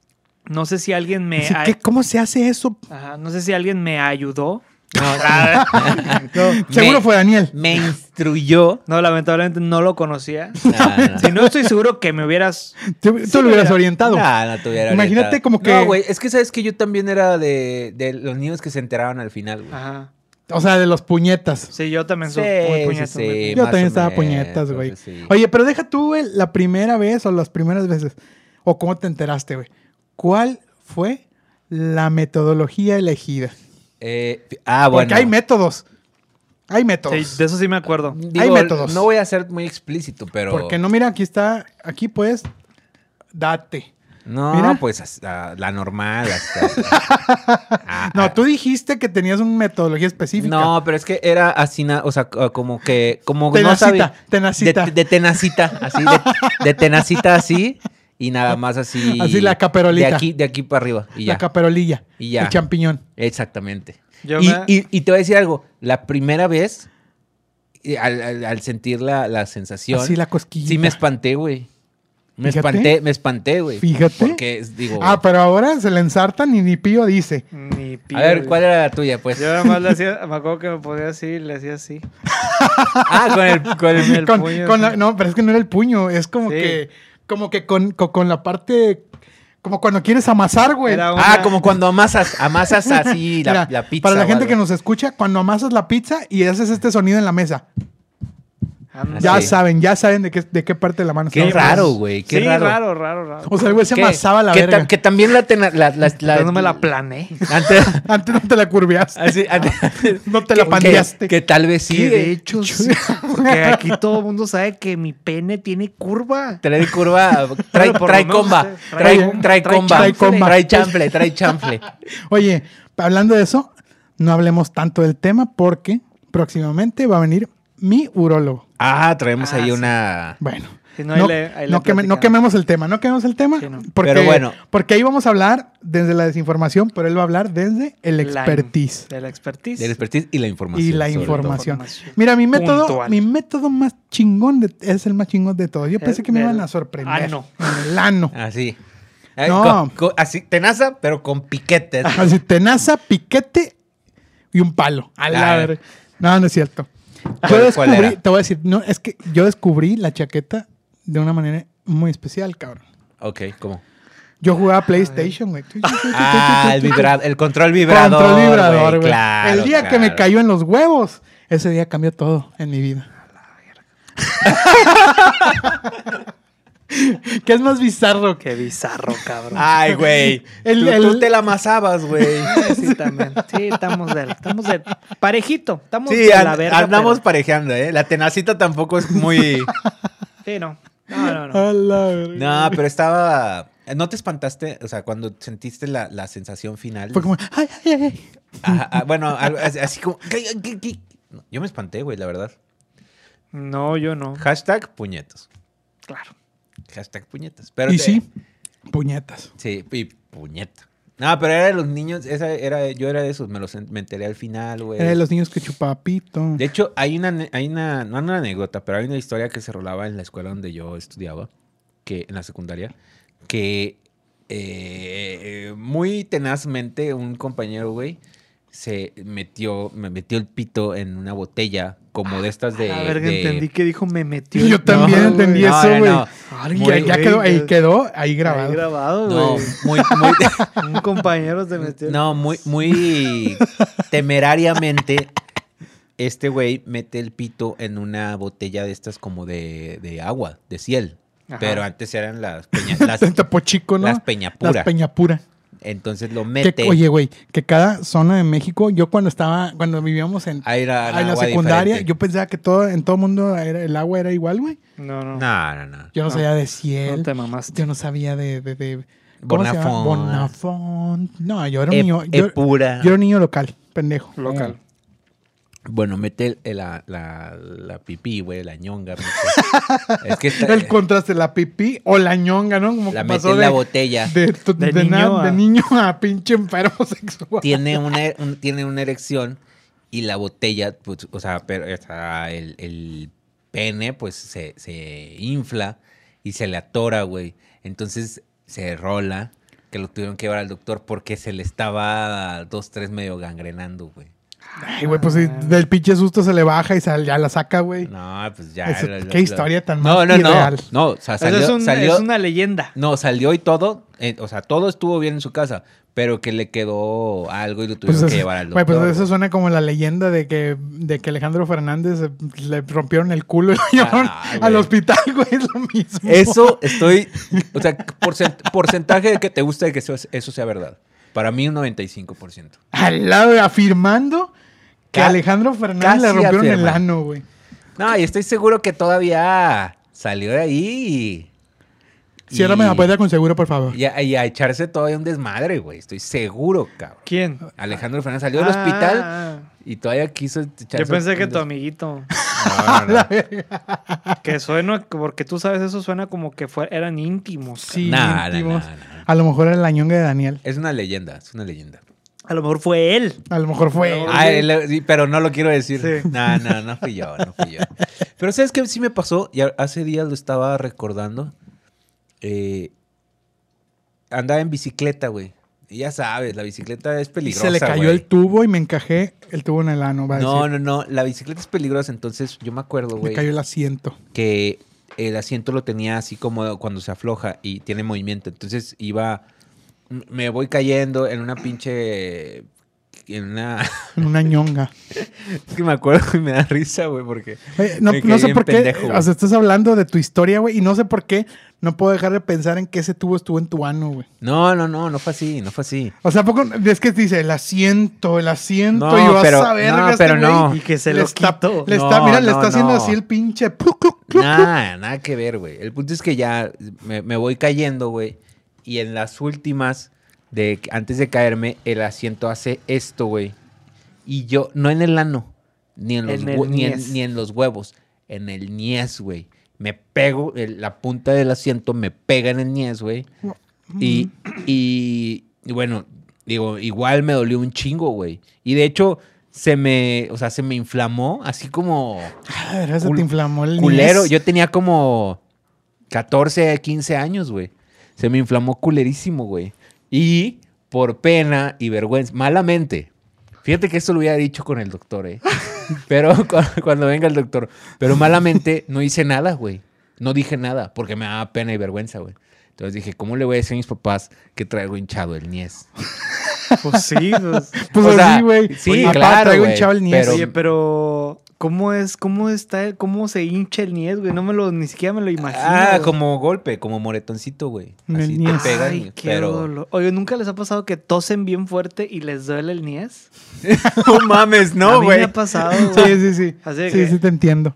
[SPEAKER 6] No sé si alguien
[SPEAKER 5] Eh,
[SPEAKER 6] me
[SPEAKER 4] Dice,
[SPEAKER 6] ay-
[SPEAKER 4] ¿qué? ¿Cómo se hace eso?
[SPEAKER 6] ajá, no sé si alguien me ayudó.
[SPEAKER 4] Seguro fue Daniel.
[SPEAKER 5] Me instruyó.
[SPEAKER 6] No, lamentablemente no lo conocía.
[SPEAKER 5] Nah, nah,
[SPEAKER 6] Si no estoy seguro que me hubieras
[SPEAKER 4] Tú, tú lo hubieras
[SPEAKER 6] mira.
[SPEAKER 4] orientado.
[SPEAKER 5] Nah, no te hubiera
[SPEAKER 4] Imagínate
[SPEAKER 5] ahorita.
[SPEAKER 4] como que-
[SPEAKER 5] No, güey, es que sabes que yo también era de, de los niños que se enteraban al final, güey.
[SPEAKER 6] Ajá.
[SPEAKER 4] O sea, de los puñetas.
[SPEAKER 6] Sí, yo también soy
[SPEAKER 5] Sí,
[SPEAKER 6] muy
[SPEAKER 5] sí,
[SPEAKER 6] puñetón,
[SPEAKER 5] sí.
[SPEAKER 6] güey.
[SPEAKER 4] Yo
[SPEAKER 5] más
[SPEAKER 4] también
[SPEAKER 5] o
[SPEAKER 4] estaba
[SPEAKER 5] menos,
[SPEAKER 4] puñetas, güey.
[SPEAKER 5] entonces sí.
[SPEAKER 4] Oye, pero deja tú güey, la primera vez o las primeras veces. O cómo te enteraste, güey. ¿Cuál fue la metodología elegida?
[SPEAKER 5] Eh, ah, bueno.
[SPEAKER 4] Porque hay métodos. Hay métodos.
[SPEAKER 6] Sí, de eso sí me acuerdo.
[SPEAKER 5] Digo,
[SPEAKER 4] hay métodos.
[SPEAKER 5] No voy a ser muy explícito, pero.
[SPEAKER 4] Porque no, mira, aquí está, aquí pues, date.
[SPEAKER 5] No,
[SPEAKER 4] Mira.
[SPEAKER 5] pues hasta la normal. hasta- Ah,
[SPEAKER 4] No,
[SPEAKER 5] ah.
[SPEAKER 4] tú dijiste que tenías una metodología específica.
[SPEAKER 5] No, pero es que era así, na- o sea, co- como que, como no
[SPEAKER 4] Tenacita,
[SPEAKER 5] sabía.
[SPEAKER 4] tenacita.
[SPEAKER 5] De, de tenacita, así, de, de tenacita así, y nada más así.
[SPEAKER 4] Así la caperolita.
[SPEAKER 5] De aquí, de aquí para arriba, y
[SPEAKER 4] la
[SPEAKER 5] ya.
[SPEAKER 4] caperolilla,
[SPEAKER 5] Y ya.
[SPEAKER 4] el champiñón.
[SPEAKER 5] Exactamente.
[SPEAKER 6] Yo
[SPEAKER 5] y,
[SPEAKER 6] me-
[SPEAKER 5] y- y te voy a decir algo, la primera vez, eh, al, al- al sentir la, la sensación,
[SPEAKER 4] Así la cosquillita.
[SPEAKER 5] sí me espanté, güey. Me
[SPEAKER 4] Fíjate.
[SPEAKER 5] espanté, me espanté, güey.
[SPEAKER 4] Fíjate.
[SPEAKER 5] Porque, es- digo,
[SPEAKER 4] Ah, pero ahora se le ensartan y ni pío dice.
[SPEAKER 6] Ni pío,
[SPEAKER 5] a ver,
[SPEAKER 6] güey.
[SPEAKER 5] ¿cuál era la tuya, pues?
[SPEAKER 6] Yo nada más le hacía, me acuerdo que me ponía así y le hacía así.
[SPEAKER 5] Ah, con el, con el-
[SPEAKER 6] El
[SPEAKER 4] Con-
[SPEAKER 6] puño,
[SPEAKER 4] con
[SPEAKER 6] sí.
[SPEAKER 4] la- no, pero es que no era el puño, es como
[SPEAKER 6] Sí.
[SPEAKER 4] que, como que con, co- con la parte, como cuando quieres amasar, güey.
[SPEAKER 6] Era
[SPEAKER 5] Ah,
[SPEAKER 6] una-
[SPEAKER 5] como cuando amasas, amasas así la,
[SPEAKER 4] Mira,
[SPEAKER 5] la pizza.
[SPEAKER 4] para la
[SPEAKER 5] o
[SPEAKER 4] gente que
[SPEAKER 5] algo.
[SPEAKER 4] nos escucha, cuando amasas la pizza y haces este sonido en la mesa,
[SPEAKER 6] Ándale.
[SPEAKER 4] ya
[SPEAKER 5] Ah, sí.
[SPEAKER 4] saben, ya saben de qué, de qué parte de la mano.
[SPEAKER 5] Qué
[SPEAKER 4] estamos
[SPEAKER 5] raro,
[SPEAKER 4] hablando.
[SPEAKER 5] güey, qué
[SPEAKER 6] sí,
[SPEAKER 5] raro.
[SPEAKER 6] raro, raro, raro.
[SPEAKER 4] O sea, el güey se
[SPEAKER 5] ¿Qué?
[SPEAKER 4] amasaba la
[SPEAKER 5] que,
[SPEAKER 4] verga.
[SPEAKER 5] ta- que también la... tena- la, la, la-
[SPEAKER 6] Yo no me la planeé.
[SPEAKER 5] Antes...
[SPEAKER 4] Antes no te la curvias.
[SPEAKER 5] así, antes-
[SPEAKER 4] Ah, No te la
[SPEAKER 5] que-
[SPEAKER 4] pandeaste.
[SPEAKER 5] Que, que tal vez sí.
[SPEAKER 6] Sí, de
[SPEAKER 5] eh,
[SPEAKER 6] hecho, sí, Porque aquí todo el mundo sabe que mi pene tiene curva.
[SPEAKER 5] Trae curva, trae,
[SPEAKER 6] Bueno, por
[SPEAKER 5] trae
[SPEAKER 6] lo menos,
[SPEAKER 5] comba,
[SPEAKER 6] eh,
[SPEAKER 5] trae,
[SPEAKER 6] trae
[SPEAKER 5] trae,
[SPEAKER 6] comba, trae
[SPEAKER 4] chanfle.
[SPEAKER 5] comba, trae chanfle, trae chanfle.
[SPEAKER 4] Oye, hablando de eso, no hablemos tanto del tema porque próximamente va a venir mi urólogo.
[SPEAKER 5] Ah, traemos
[SPEAKER 6] Ah,
[SPEAKER 5] ahí
[SPEAKER 6] sí.
[SPEAKER 5] una...
[SPEAKER 4] Bueno.
[SPEAKER 6] Si no,
[SPEAKER 4] No,
[SPEAKER 6] ahí le- ahí le
[SPEAKER 4] no queme- no
[SPEAKER 6] platicamos.
[SPEAKER 4] quememos el tema, no quememos el tema.
[SPEAKER 6] Sí, no.
[SPEAKER 4] porque,
[SPEAKER 5] Pero bueno.
[SPEAKER 4] Porque ahí vamos a hablar desde la desinformación, pero él va a hablar desde el
[SPEAKER 6] La-
[SPEAKER 4] expertise
[SPEAKER 6] De la expertise.
[SPEAKER 5] Del expertise y la información.
[SPEAKER 4] y la
[SPEAKER 5] sobre todo.
[SPEAKER 4] información.
[SPEAKER 6] Información.
[SPEAKER 4] Mira, mi método,
[SPEAKER 6] Puntual.
[SPEAKER 4] mi método más chingón de- es el más chingón de todos. Yo
[SPEAKER 6] El
[SPEAKER 4] pensé que me
[SPEAKER 6] del
[SPEAKER 4] iban a sorprender.
[SPEAKER 6] ano.
[SPEAKER 4] En el ano.
[SPEAKER 5] Así. Eh,
[SPEAKER 4] No. Ah.
[SPEAKER 5] con- con- así, tenaza, pero con piquetes.
[SPEAKER 4] Así, tenaza, piquete y un palo. A la
[SPEAKER 5] Ah,
[SPEAKER 4] ver- No, no es cierto. Yo
[SPEAKER 5] ¿Cuál- cuál
[SPEAKER 4] descubrí,
[SPEAKER 5] era?
[SPEAKER 4] te voy a decir, no, es que yo descubrí la chaqueta de una manera muy especial, cabrón.
[SPEAKER 5] Ok, ¿cómo?
[SPEAKER 4] Yo jugaba PlayStation, güey.
[SPEAKER 5] Ah, el, vibra- el control vibrador.
[SPEAKER 4] Control
[SPEAKER 5] güey,
[SPEAKER 4] vibrador, güey.
[SPEAKER 5] claro,
[SPEAKER 4] el día que me
[SPEAKER 5] claro.
[SPEAKER 4] cayó en los huevos, ese día cambió todo en mi vida. ¿Qué es más bizarro que
[SPEAKER 6] Qué bizarro, cabrón.
[SPEAKER 5] Ay, güey.
[SPEAKER 4] El-
[SPEAKER 5] tú,
[SPEAKER 4] el-
[SPEAKER 5] tú te la amasabas, güey.
[SPEAKER 6] Sí, también. Sí, estamos de, estamos de parejito. Estamos
[SPEAKER 5] Sí,
[SPEAKER 6] de
[SPEAKER 5] an-
[SPEAKER 6] la verga.
[SPEAKER 5] andamos
[SPEAKER 6] pero-
[SPEAKER 5] parejeando, ¿eh? La tenacita tampoco es muy...
[SPEAKER 6] Sí, no. No, no, no.
[SPEAKER 4] A la verga.
[SPEAKER 5] No, pero estaba... ¿No te espantaste? O sea, cuando sentiste la, la sensación final.
[SPEAKER 4] Fue como, ay, ay, ay, ay.
[SPEAKER 5] Ajá, ah, bueno, algo así así como... ¿qué, qué, qué? No, Yo me espanté, güey, la verdad.
[SPEAKER 6] No, yo no.
[SPEAKER 5] Hashtag puñetos.
[SPEAKER 6] Claro.
[SPEAKER 5] Hashtag puñetas. Pero
[SPEAKER 4] Y
[SPEAKER 5] te-
[SPEAKER 4] sí, puñetas.
[SPEAKER 5] Sí, y puñeta. No, pero era de los niños, esa era, yo era de esos, me, los, en- me enteré al final, güey.
[SPEAKER 4] Era de Eh, los niños que chupaba pito.
[SPEAKER 5] Pues- De hecho, hay una, ane- hay una, no una anécdota, pero hay una historia que se rolaba en la escuela donde yo estudiaba, que en la secundaria, que eh, muy tenazmente un compañero, güey, se metió, me metió el pito en una botella como de estas
[SPEAKER 4] Ah,
[SPEAKER 5] de...
[SPEAKER 6] a ver,
[SPEAKER 5] de-
[SPEAKER 6] entendí que dijo me metió.
[SPEAKER 4] Yo
[SPEAKER 6] No,
[SPEAKER 4] también
[SPEAKER 6] güey.
[SPEAKER 4] entendí
[SPEAKER 5] No,
[SPEAKER 4] eso,
[SPEAKER 5] no,
[SPEAKER 4] güey.
[SPEAKER 5] no.
[SPEAKER 6] Ay,
[SPEAKER 4] Ya,
[SPEAKER 6] güey,
[SPEAKER 4] ya quedó, ahí
[SPEAKER 6] güey.
[SPEAKER 4] quedó, ahí
[SPEAKER 6] grabado.
[SPEAKER 4] grabado.
[SPEAKER 5] No,
[SPEAKER 6] güey.
[SPEAKER 5] muy, muy...
[SPEAKER 6] Un compañero se metió.
[SPEAKER 5] No, muy, muy temerariamente, este güey mete el pito en una botella de estas como de, de agua, de ciel.
[SPEAKER 6] Ajá.
[SPEAKER 5] Pero antes eran las peñas, las,
[SPEAKER 4] Tapo chico, ¿no?
[SPEAKER 5] las peñapura.
[SPEAKER 4] Las peñapura.
[SPEAKER 5] Entonces lo
[SPEAKER 4] Que-
[SPEAKER 5] mete
[SPEAKER 4] oye, güey, que cada zona de México, yo cuando estaba, cuando vivíamos en,
[SPEAKER 5] a ir a
[SPEAKER 4] Ah, en la secundaria, yo pensaba que todo, en todo mundo era- el agua era igual, güey.
[SPEAKER 6] No, no.
[SPEAKER 5] No, no, no.
[SPEAKER 4] Yo no,
[SPEAKER 6] No.
[SPEAKER 4] sabía de ciel.
[SPEAKER 6] No te mamaste.
[SPEAKER 4] Yo no sabía de. de, de-
[SPEAKER 5] Bonafont.
[SPEAKER 4] Bonafont. No, yo era un
[SPEAKER 5] E-
[SPEAKER 4] niño. Yo,
[SPEAKER 5] Epura.
[SPEAKER 4] yo era un niño local, pendejo.
[SPEAKER 6] Local.
[SPEAKER 5] Bueno, mete el- el- la, la, la pipí, güey, la ñonga. mete. es que está-
[SPEAKER 4] El contraste, la pipí o la ñonga, ¿no? Como
[SPEAKER 5] la
[SPEAKER 4] que
[SPEAKER 5] mete
[SPEAKER 4] pasó
[SPEAKER 5] en la
[SPEAKER 4] de,
[SPEAKER 5] botella.
[SPEAKER 4] de, tu-
[SPEAKER 6] De
[SPEAKER 4] de na-
[SPEAKER 6] niño a-
[SPEAKER 4] de niño a pinche enfermo sexual.
[SPEAKER 5] tiene, una, un- tiene una erección y la botella, pues, o sea, pero, o sea, el, el pene, pues se, se infla y se le atora, güey. Entonces se rola, que lo tuvieron que llevar al doctor porque se le estaba dos, tres medio gangrenando, güey.
[SPEAKER 4] Ay, güey, pues sí,
[SPEAKER 6] Ah.
[SPEAKER 4] del pinche susto se le baja y sal- ya la saca, güey.
[SPEAKER 5] No, pues ya.
[SPEAKER 4] Eso-
[SPEAKER 5] lo- lo-
[SPEAKER 4] qué
[SPEAKER 5] lo-
[SPEAKER 4] historia tan
[SPEAKER 5] No,
[SPEAKER 4] más
[SPEAKER 5] no, no.
[SPEAKER 4] irreal.
[SPEAKER 5] No, o sea,
[SPEAKER 6] Eso
[SPEAKER 5] salió.
[SPEAKER 6] es, un-
[SPEAKER 5] salió-
[SPEAKER 6] es una leyenda.
[SPEAKER 5] No, salió y todo. eh, o sea, todo estuvo bien en su casa, pero que le quedó algo y lo
[SPEAKER 4] Pues
[SPEAKER 5] tuvieron
[SPEAKER 4] eso-
[SPEAKER 5] que llevar al
[SPEAKER 4] güey,
[SPEAKER 5] doctor.
[SPEAKER 4] pues eso
[SPEAKER 5] güey.
[SPEAKER 4] suena como la leyenda de que, de que Alejandro Fernández eh, le rompieron el culo y lo llevaron al
[SPEAKER 5] Ah, güey.
[SPEAKER 4] hospital, güey. Es lo mismo.
[SPEAKER 5] Eso estoy. O sea, porcent- porcentaje de que te gusta de que eso, eso sea verdad. Para mí, un 95%.
[SPEAKER 4] Al lado, afirmando que
[SPEAKER 5] Ca-
[SPEAKER 4] Alejandro Fernández le
[SPEAKER 5] casi
[SPEAKER 4] rompieron el
[SPEAKER 5] afirma.
[SPEAKER 4] ano, güey.
[SPEAKER 5] No, y estoy seguro que todavía salió de ahí. y-
[SPEAKER 4] Ciérrame la puerta con seguro, por favor.
[SPEAKER 5] Y a, y a echarse todavía un desmadre, güey. Estoy seguro, cabrón.
[SPEAKER 6] ¿Quién?
[SPEAKER 5] Alejandro Fernández salió del
[SPEAKER 6] Ah,
[SPEAKER 5] hospital
[SPEAKER 6] ah, ah.
[SPEAKER 5] y todavía quiso echarse.
[SPEAKER 6] Yo pensé
[SPEAKER 5] un
[SPEAKER 6] que
[SPEAKER 5] des-
[SPEAKER 6] tu amiguito.
[SPEAKER 5] No, no, no.
[SPEAKER 6] Que suena, porque tú sabes, eso suena como que fue- eran íntimos.
[SPEAKER 4] Sí,
[SPEAKER 5] Nah, nah,
[SPEAKER 4] íntimos.
[SPEAKER 5] nah, nah.
[SPEAKER 4] A lo mejor era la ñonga de Daniel.
[SPEAKER 5] Es una leyenda, es una leyenda.
[SPEAKER 6] A lo mejor fue él.
[SPEAKER 4] A lo mejor fue.
[SPEAKER 6] No.
[SPEAKER 5] Ah, el- sí, pero no lo quiero decir.
[SPEAKER 6] Sí.
[SPEAKER 5] No, no, no fui yo, no fui yo. Pero ¿sabes qué sí me pasó? Y a- hace días lo estaba recordando. Eh, andaba en bicicleta, güey. Y ya sabes, la bicicleta es
[SPEAKER 4] Y
[SPEAKER 5] peligrosa,
[SPEAKER 4] se le cayó
[SPEAKER 5] güey.
[SPEAKER 4] el tubo y me encajé el tubo en el ano. Va a
[SPEAKER 5] No,
[SPEAKER 4] decir.
[SPEAKER 5] no, no. La bicicleta es peligrosa. Entonces yo me acuerdo,
[SPEAKER 4] Me
[SPEAKER 5] güey,
[SPEAKER 4] cayó el asiento.
[SPEAKER 5] que el asiento lo tenía así como cuando se afloja y tiene movimiento. Entonces iba... m- Me voy cayendo en una pinche... En una...
[SPEAKER 4] En una ñonga.
[SPEAKER 5] Es que me acuerdo y me da risa, güey, porque...
[SPEAKER 4] Oye, Eh, no,
[SPEAKER 5] Me
[SPEAKER 4] no
[SPEAKER 5] caí
[SPEAKER 4] sé
[SPEAKER 5] bien
[SPEAKER 4] por qué.
[SPEAKER 5] pendejo, güey.
[SPEAKER 4] o sea, estás hablando de tu historia, güey. Y no sé por qué no puedo dejar de pensar en que ese tubo estuvo en tu ano, güey.
[SPEAKER 5] No, no, no, no fue así, no fue así.
[SPEAKER 4] O sea, ¿a poco es que dice el asiento, el asiento,
[SPEAKER 5] No,
[SPEAKER 4] y vas
[SPEAKER 5] pero-
[SPEAKER 4] a ver
[SPEAKER 5] no,
[SPEAKER 4] que este
[SPEAKER 5] pero
[SPEAKER 4] güey
[SPEAKER 5] no.
[SPEAKER 6] Y que se
[SPEAKER 4] le
[SPEAKER 6] lo
[SPEAKER 4] está,
[SPEAKER 6] quitó.
[SPEAKER 4] Le está,
[SPEAKER 5] No,
[SPEAKER 4] mira, le
[SPEAKER 5] no,
[SPEAKER 4] está haciendo
[SPEAKER 5] no.
[SPEAKER 4] así el pinche. plu, clu, clu, clu.
[SPEAKER 5] Nada, nada que ver, güey. El punto es que ya me, me voy cayendo, güey. Y en las últimas, de, antes de caerme, el asiento hace esto, güey. Y yo, no en el ano, ni en los,
[SPEAKER 6] En el
[SPEAKER 5] hue- ni,
[SPEAKER 6] niés.
[SPEAKER 5] en, ni en los huevos, en el niés, güey. Me pego, el- la punta del asiento me pega en el niés, güey. Y, y, y bueno, digo, igual me dolió un chingo, güey. Y de hecho, se me, o sea, se me inflamó, así como
[SPEAKER 4] A ver, ah, se
[SPEAKER 5] Cul-
[SPEAKER 4] te inflamó el
[SPEAKER 5] culero.
[SPEAKER 4] niés.
[SPEAKER 5] Yo tenía como 14, 15 años, güey. Se me inflamó culerísimo, güey. Y por pena y vergüenza, malamente. Fíjate que esto lo hubiera dicho con el doctor, ¿eh? Pero cu- cuando, venga el doctor. Pero malamente no hice nada, güey. No dije nada porque me daba pena y vergüenza, güey. Entonces dije, ¿cómo le voy a decir a mis papás que traigo hinchado el niés?
[SPEAKER 6] Pues sí. pues.
[SPEAKER 4] Pues
[SPEAKER 5] O sea,
[SPEAKER 4] así, güey.
[SPEAKER 5] sí,
[SPEAKER 4] Oye, papá,
[SPEAKER 5] claro,
[SPEAKER 4] traigo
[SPEAKER 5] güey,
[SPEAKER 4] hinchado el niés.
[SPEAKER 5] Pero-
[SPEAKER 6] Oye, pero ¿cómo es? ¿Cómo está? el- ¿Cómo se hincha el niés, güey? No me lo, ni siquiera me lo imagino.
[SPEAKER 5] Ah,
[SPEAKER 6] güey.
[SPEAKER 5] como golpe, como moretoncito, güey.
[SPEAKER 4] En el
[SPEAKER 5] Así te
[SPEAKER 4] niés.
[SPEAKER 5] pegan.
[SPEAKER 6] Ay, qué
[SPEAKER 5] pero...
[SPEAKER 6] dolor. Oye, ¿nunca les ha pasado que tosen bien fuerte y les duele el niés?
[SPEAKER 5] No mames,
[SPEAKER 6] A
[SPEAKER 5] no,
[SPEAKER 6] mí
[SPEAKER 5] güey.
[SPEAKER 6] me ha pasado,
[SPEAKER 4] Sí,
[SPEAKER 6] güey.
[SPEAKER 4] sí, sí.
[SPEAKER 6] Así de
[SPEAKER 4] sí,
[SPEAKER 6] que-
[SPEAKER 4] sí, te entiendo.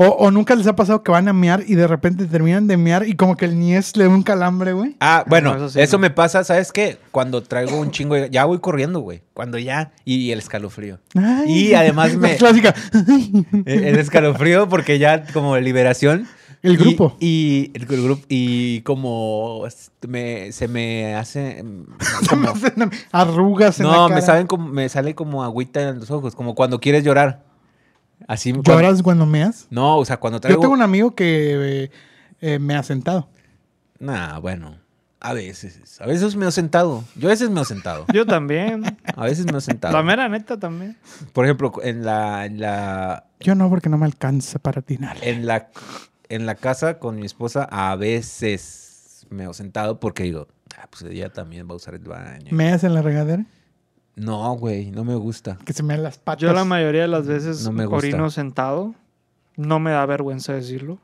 [SPEAKER 4] O, o nunca les ha pasado que van a mear y de repente terminan de mear y como que el niés le da un calambre, güey.
[SPEAKER 5] Ah, bueno,
[SPEAKER 6] no, eso
[SPEAKER 5] eso,
[SPEAKER 6] sí, no.
[SPEAKER 5] me pasa, ¿sabes qué? Cuando traigo un chingo de... Ya voy corriendo, güey. Cuando ya... Y el escalofrío.
[SPEAKER 4] Ay.
[SPEAKER 5] Y además
[SPEAKER 4] La
[SPEAKER 5] me...
[SPEAKER 4] clásica.
[SPEAKER 5] El el escalofrío porque ya como liberación...
[SPEAKER 4] El
[SPEAKER 5] y-
[SPEAKER 4] grupo.
[SPEAKER 5] Y, el, grupo. Y como... s- me- se me hace... como-
[SPEAKER 4] Arrugas en la
[SPEAKER 5] no, me,
[SPEAKER 4] cara.
[SPEAKER 5] saben como, me sale como agüita en los ojos. Como cuando quieres llorar. Así... cuando-
[SPEAKER 4] ¿Lloras cuando meas?
[SPEAKER 5] no, o sea, cuando
[SPEAKER 4] Yo
[SPEAKER 5] traigo...
[SPEAKER 4] tengo un amigo que eh, eh, me ha sentado.
[SPEAKER 5] Nah, bueno. A veces. A veces me he sentado. Yo a veces me he sentado.
[SPEAKER 6] Yo también.
[SPEAKER 5] A veces me he sentado.
[SPEAKER 6] La mera neta también.
[SPEAKER 5] Por ejemplo, en la, en la,
[SPEAKER 4] Yo no, porque no me alcanza para atinar.
[SPEAKER 5] en la, en la casa con mi esposa a veces me he sentado porque digo, ah, pues ella también va a usar el baño.
[SPEAKER 4] ¿Meas en la regadera?
[SPEAKER 5] No, güey, no me gusta.
[SPEAKER 4] Que se mean las patas.
[SPEAKER 5] Pues,
[SPEAKER 6] Yo la mayoría de las veces
[SPEAKER 5] No me gusta.
[SPEAKER 6] orino sentado. No me da vergüenza decirlo.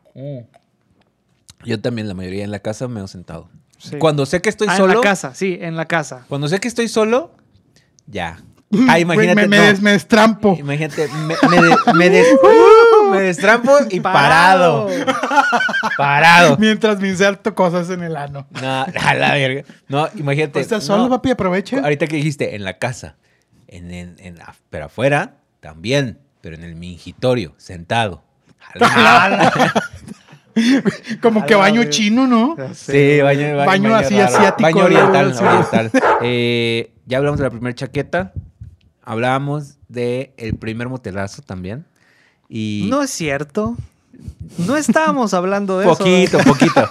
[SPEAKER 5] Yo también la mayoría en la casa me he sentado.
[SPEAKER 6] Sí.
[SPEAKER 5] Cuando sé que estoy
[SPEAKER 6] Ah, En
[SPEAKER 5] solo,
[SPEAKER 6] la casa, sí, en la casa.
[SPEAKER 5] cuando sé que estoy solo, ya. Ah,
[SPEAKER 4] Mm, Güey,
[SPEAKER 5] imagínate,
[SPEAKER 4] me, me
[SPEAKER 5] no.
[SPEAKER 4] des- me destrampo.
[SPEAKER 5] Imagínate, me, me de- me des- me destrampo y parado. Parado.
[SPEAKER 4] Mientras me inserto cosas en el ano.
[SPEAKER 5] No, a la verga. No, imagínate.
[SPEAKER 4] Pues ¿Estás solo,
[SPEAKER 5] no.
[SPEAKER 4] papi? Aprovecha.
[SPEAKER 5] Ahorita que dijiste, en la casa. En, en- en af- pero afuera también, pero en el mingitorio, sentado. A la-
[SPEAKER 4] Como que
[SPEAKER 6] Ala,
[SPEAKER 4] baño
[SPEAKER 6] güey.
[SPEAKER 4] chino, ¿no?
[SPEAKER 6] Ya sé, güey.
[SPEAKER 5] Sí, baño,
[SPEAKER 4] Baño así
[SPEAKER 5] raro.
[SPEAKER 4] asiático,
[SPEAKER 5] Baño
[SPEAKER 4] ¿no?
[SPEAKER 5] oriental.
[SPEAKER 4] Sí.
[SPEAKER 5] oriental. Eh, ya hablamos de la primera chaqueta. Hablábamos del el primer motelazo también. Y
[SPEAKER 6] No es cierto. No estábamos hablando de eso. eh.
[SPEAKER 5] poquito, poquito.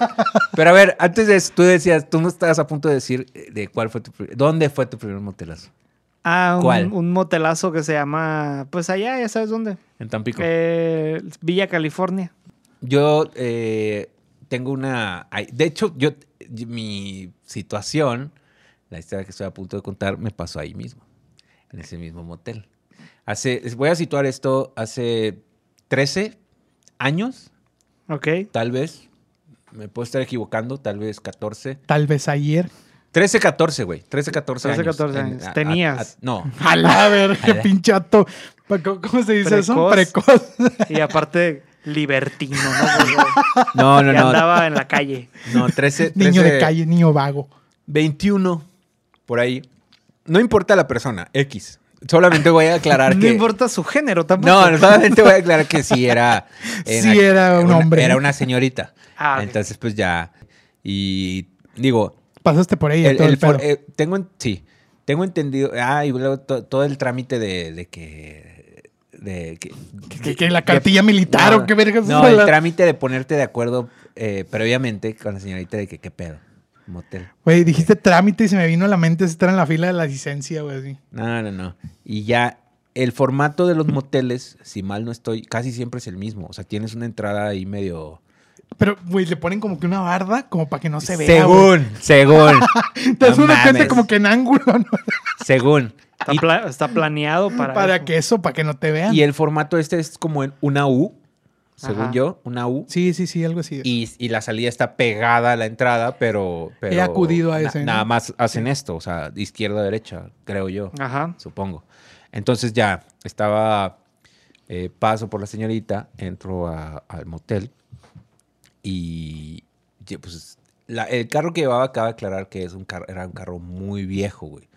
[SPEAKER 5] Pero a ver, antes de eso, tú decías, tú no estabas a punto de decir eh, de cuál fue tu, pri- dónde fue tu primer motelazo.
[SPEAKER 6] Ah, un,
[SPEAKER 5] ¿Cuál?
[SPEAKER 6] un motelazo que se llama. Pues allá, ya sabes dónde.
[SPEAKER 5] En Tampico.
[SPEAKER 6] Eh, Villa California.
[SPEAKER 5] Yo eh, tengo una. ay, De hecho, yo mi situación, la historia que estoy a punto de contar, me pasó ahí mismo, en ese mismo motel. Hace, les voy a situar esto hace 13 años,
[SPEAKER 6] Ok.
[SPEAKER 5] tal vez. Me puedo estar equivocando, tal vez 14.
[SPEAKER 4] Tal vez ayer.
[SPEAKER 5] 13, 14, güey. 13, 14
[SPEAKER 6] 13,
[SPEAKER 5] años.
[SPEAKER 6] 14
[SPEAKER 5] En-
[SPEAKER 6] años.
[SPEAKER 5] a- a-
[SPEAKER 6] Tenías.
[SPEAKER 5] a- no.
[SPEAKER 4] A la verga, pinchato. ¿Cómo cómo se dice eso?
[SPEAKER 6] Precoz.
[SPEAKER 4] Precoz.
[SPEAKER 6] Y aparte, libertino, ¿no?
[SPEAKER 5] No, no,
[SPEAKER 6] Que
[SPEAKER 5] no.
[SPEAKER 6] andaba en la calle.
[SPEAKER 5] No, 13.
[SPEAKER 4] niño de
[SPEAKER 5] 13
[SPEAKER 4] calle, niño vago.
[SPEAKER 5] 21, por ahí. No importa la persona, X. Solamente voy a aclarar
[SPEAKER 6] No
[SPEAKER 5] que.
[SPEAKER 6] importa su género tampoco.
[SPEAKER 5] No, no, solamente voy a aclarar que sí era.
[SPEAKER 4] Sí era un
[SPEAKER 5] una-
[SPEAKER 4] hombre.
[SPEAKER 5] Era una señorita.
[SPEAKER 6] Ah, ok.
[SPEAKER 5] Entonces, pues ya. Y digo,
[SPEAKER 4] Pasaste por ahí.
[SPEAKER 5] el-
[SPEAKER 4] todo el
[SPEAKER 5] el for-
[SPEAKER 4] pedo.
[SPEAKER 5] eh, tengo, en- sí, tengo entendido. Ah, y luego to- todo el trámite de, de que. De, que,
[SPEAKER 4] que, que la cartilla militar
[SPEAKER 5] no,
[SPEAKER 4] o qué vergas.
[SPEAKER 5] No,
[SPEAKER 4] es
[SPEAKER 5] el
[SPEAKER 4] la-
[SPEAKER 5] trámite de ponerte de acuerdo eh, previamente con la señorita de que qué pedo. Motel.
[SPEAKER 4] Güey, dijiste trámite y se me vino a la mente estar en la fila de la licencia, güey. así.
[SPEAKER 5] No, no, no. Y ya el formato de los moteles, si mal no estoy, casi siempre es el mismo. O sea, tienes una entrada ahí medio.
[SPEAKER 4] Pero, güey, le ponen como que una barda como para que no se vea. güey.
[SPEAKER 5] según, según,
[SPEAKER 4] Entonces
[SPEAKER 5] No
[SPEAKER 4] uno cuenta
[SPEAKER 5] mames.
[SPEAKER 4] como que en ángulo, ¿no?
[SPEAKER 5] según.
[SPEAKER 6] Está,
[SPEAKER 5] Y,
[SPEAKER 6] pla- está planeado para.
[SPEAKER 4] Para
[SPEAKER 6] eso.
[SPEAKER 4] que eso, para que no te vean.
[SPEAKER 5] y el formato este es como en una U, según
[SPEAKER 6] Ajá.
[SPEAKER 5] yo, una U.
[SPEAKER 4] Sí, sí, sí, algo así.
[SPEAKER 5] Y, y la salida está pegada a la entrada, pero. pero
[SPEAKER 4] He acudido a ese, ¿no?
[SPEAKER 5] Nada más hacen esto, o sea, de izquierda a derecha, creo yo.
[SPEAKER 6] Ajá.
[SPEAKER 5] supongo. Entonces ya estaba, eh, paso por la señorita, entro a- al motel y ye- pues, la- el carro que llevaba acaba de aclarar que es un carro, era un carro muy viejo, güey.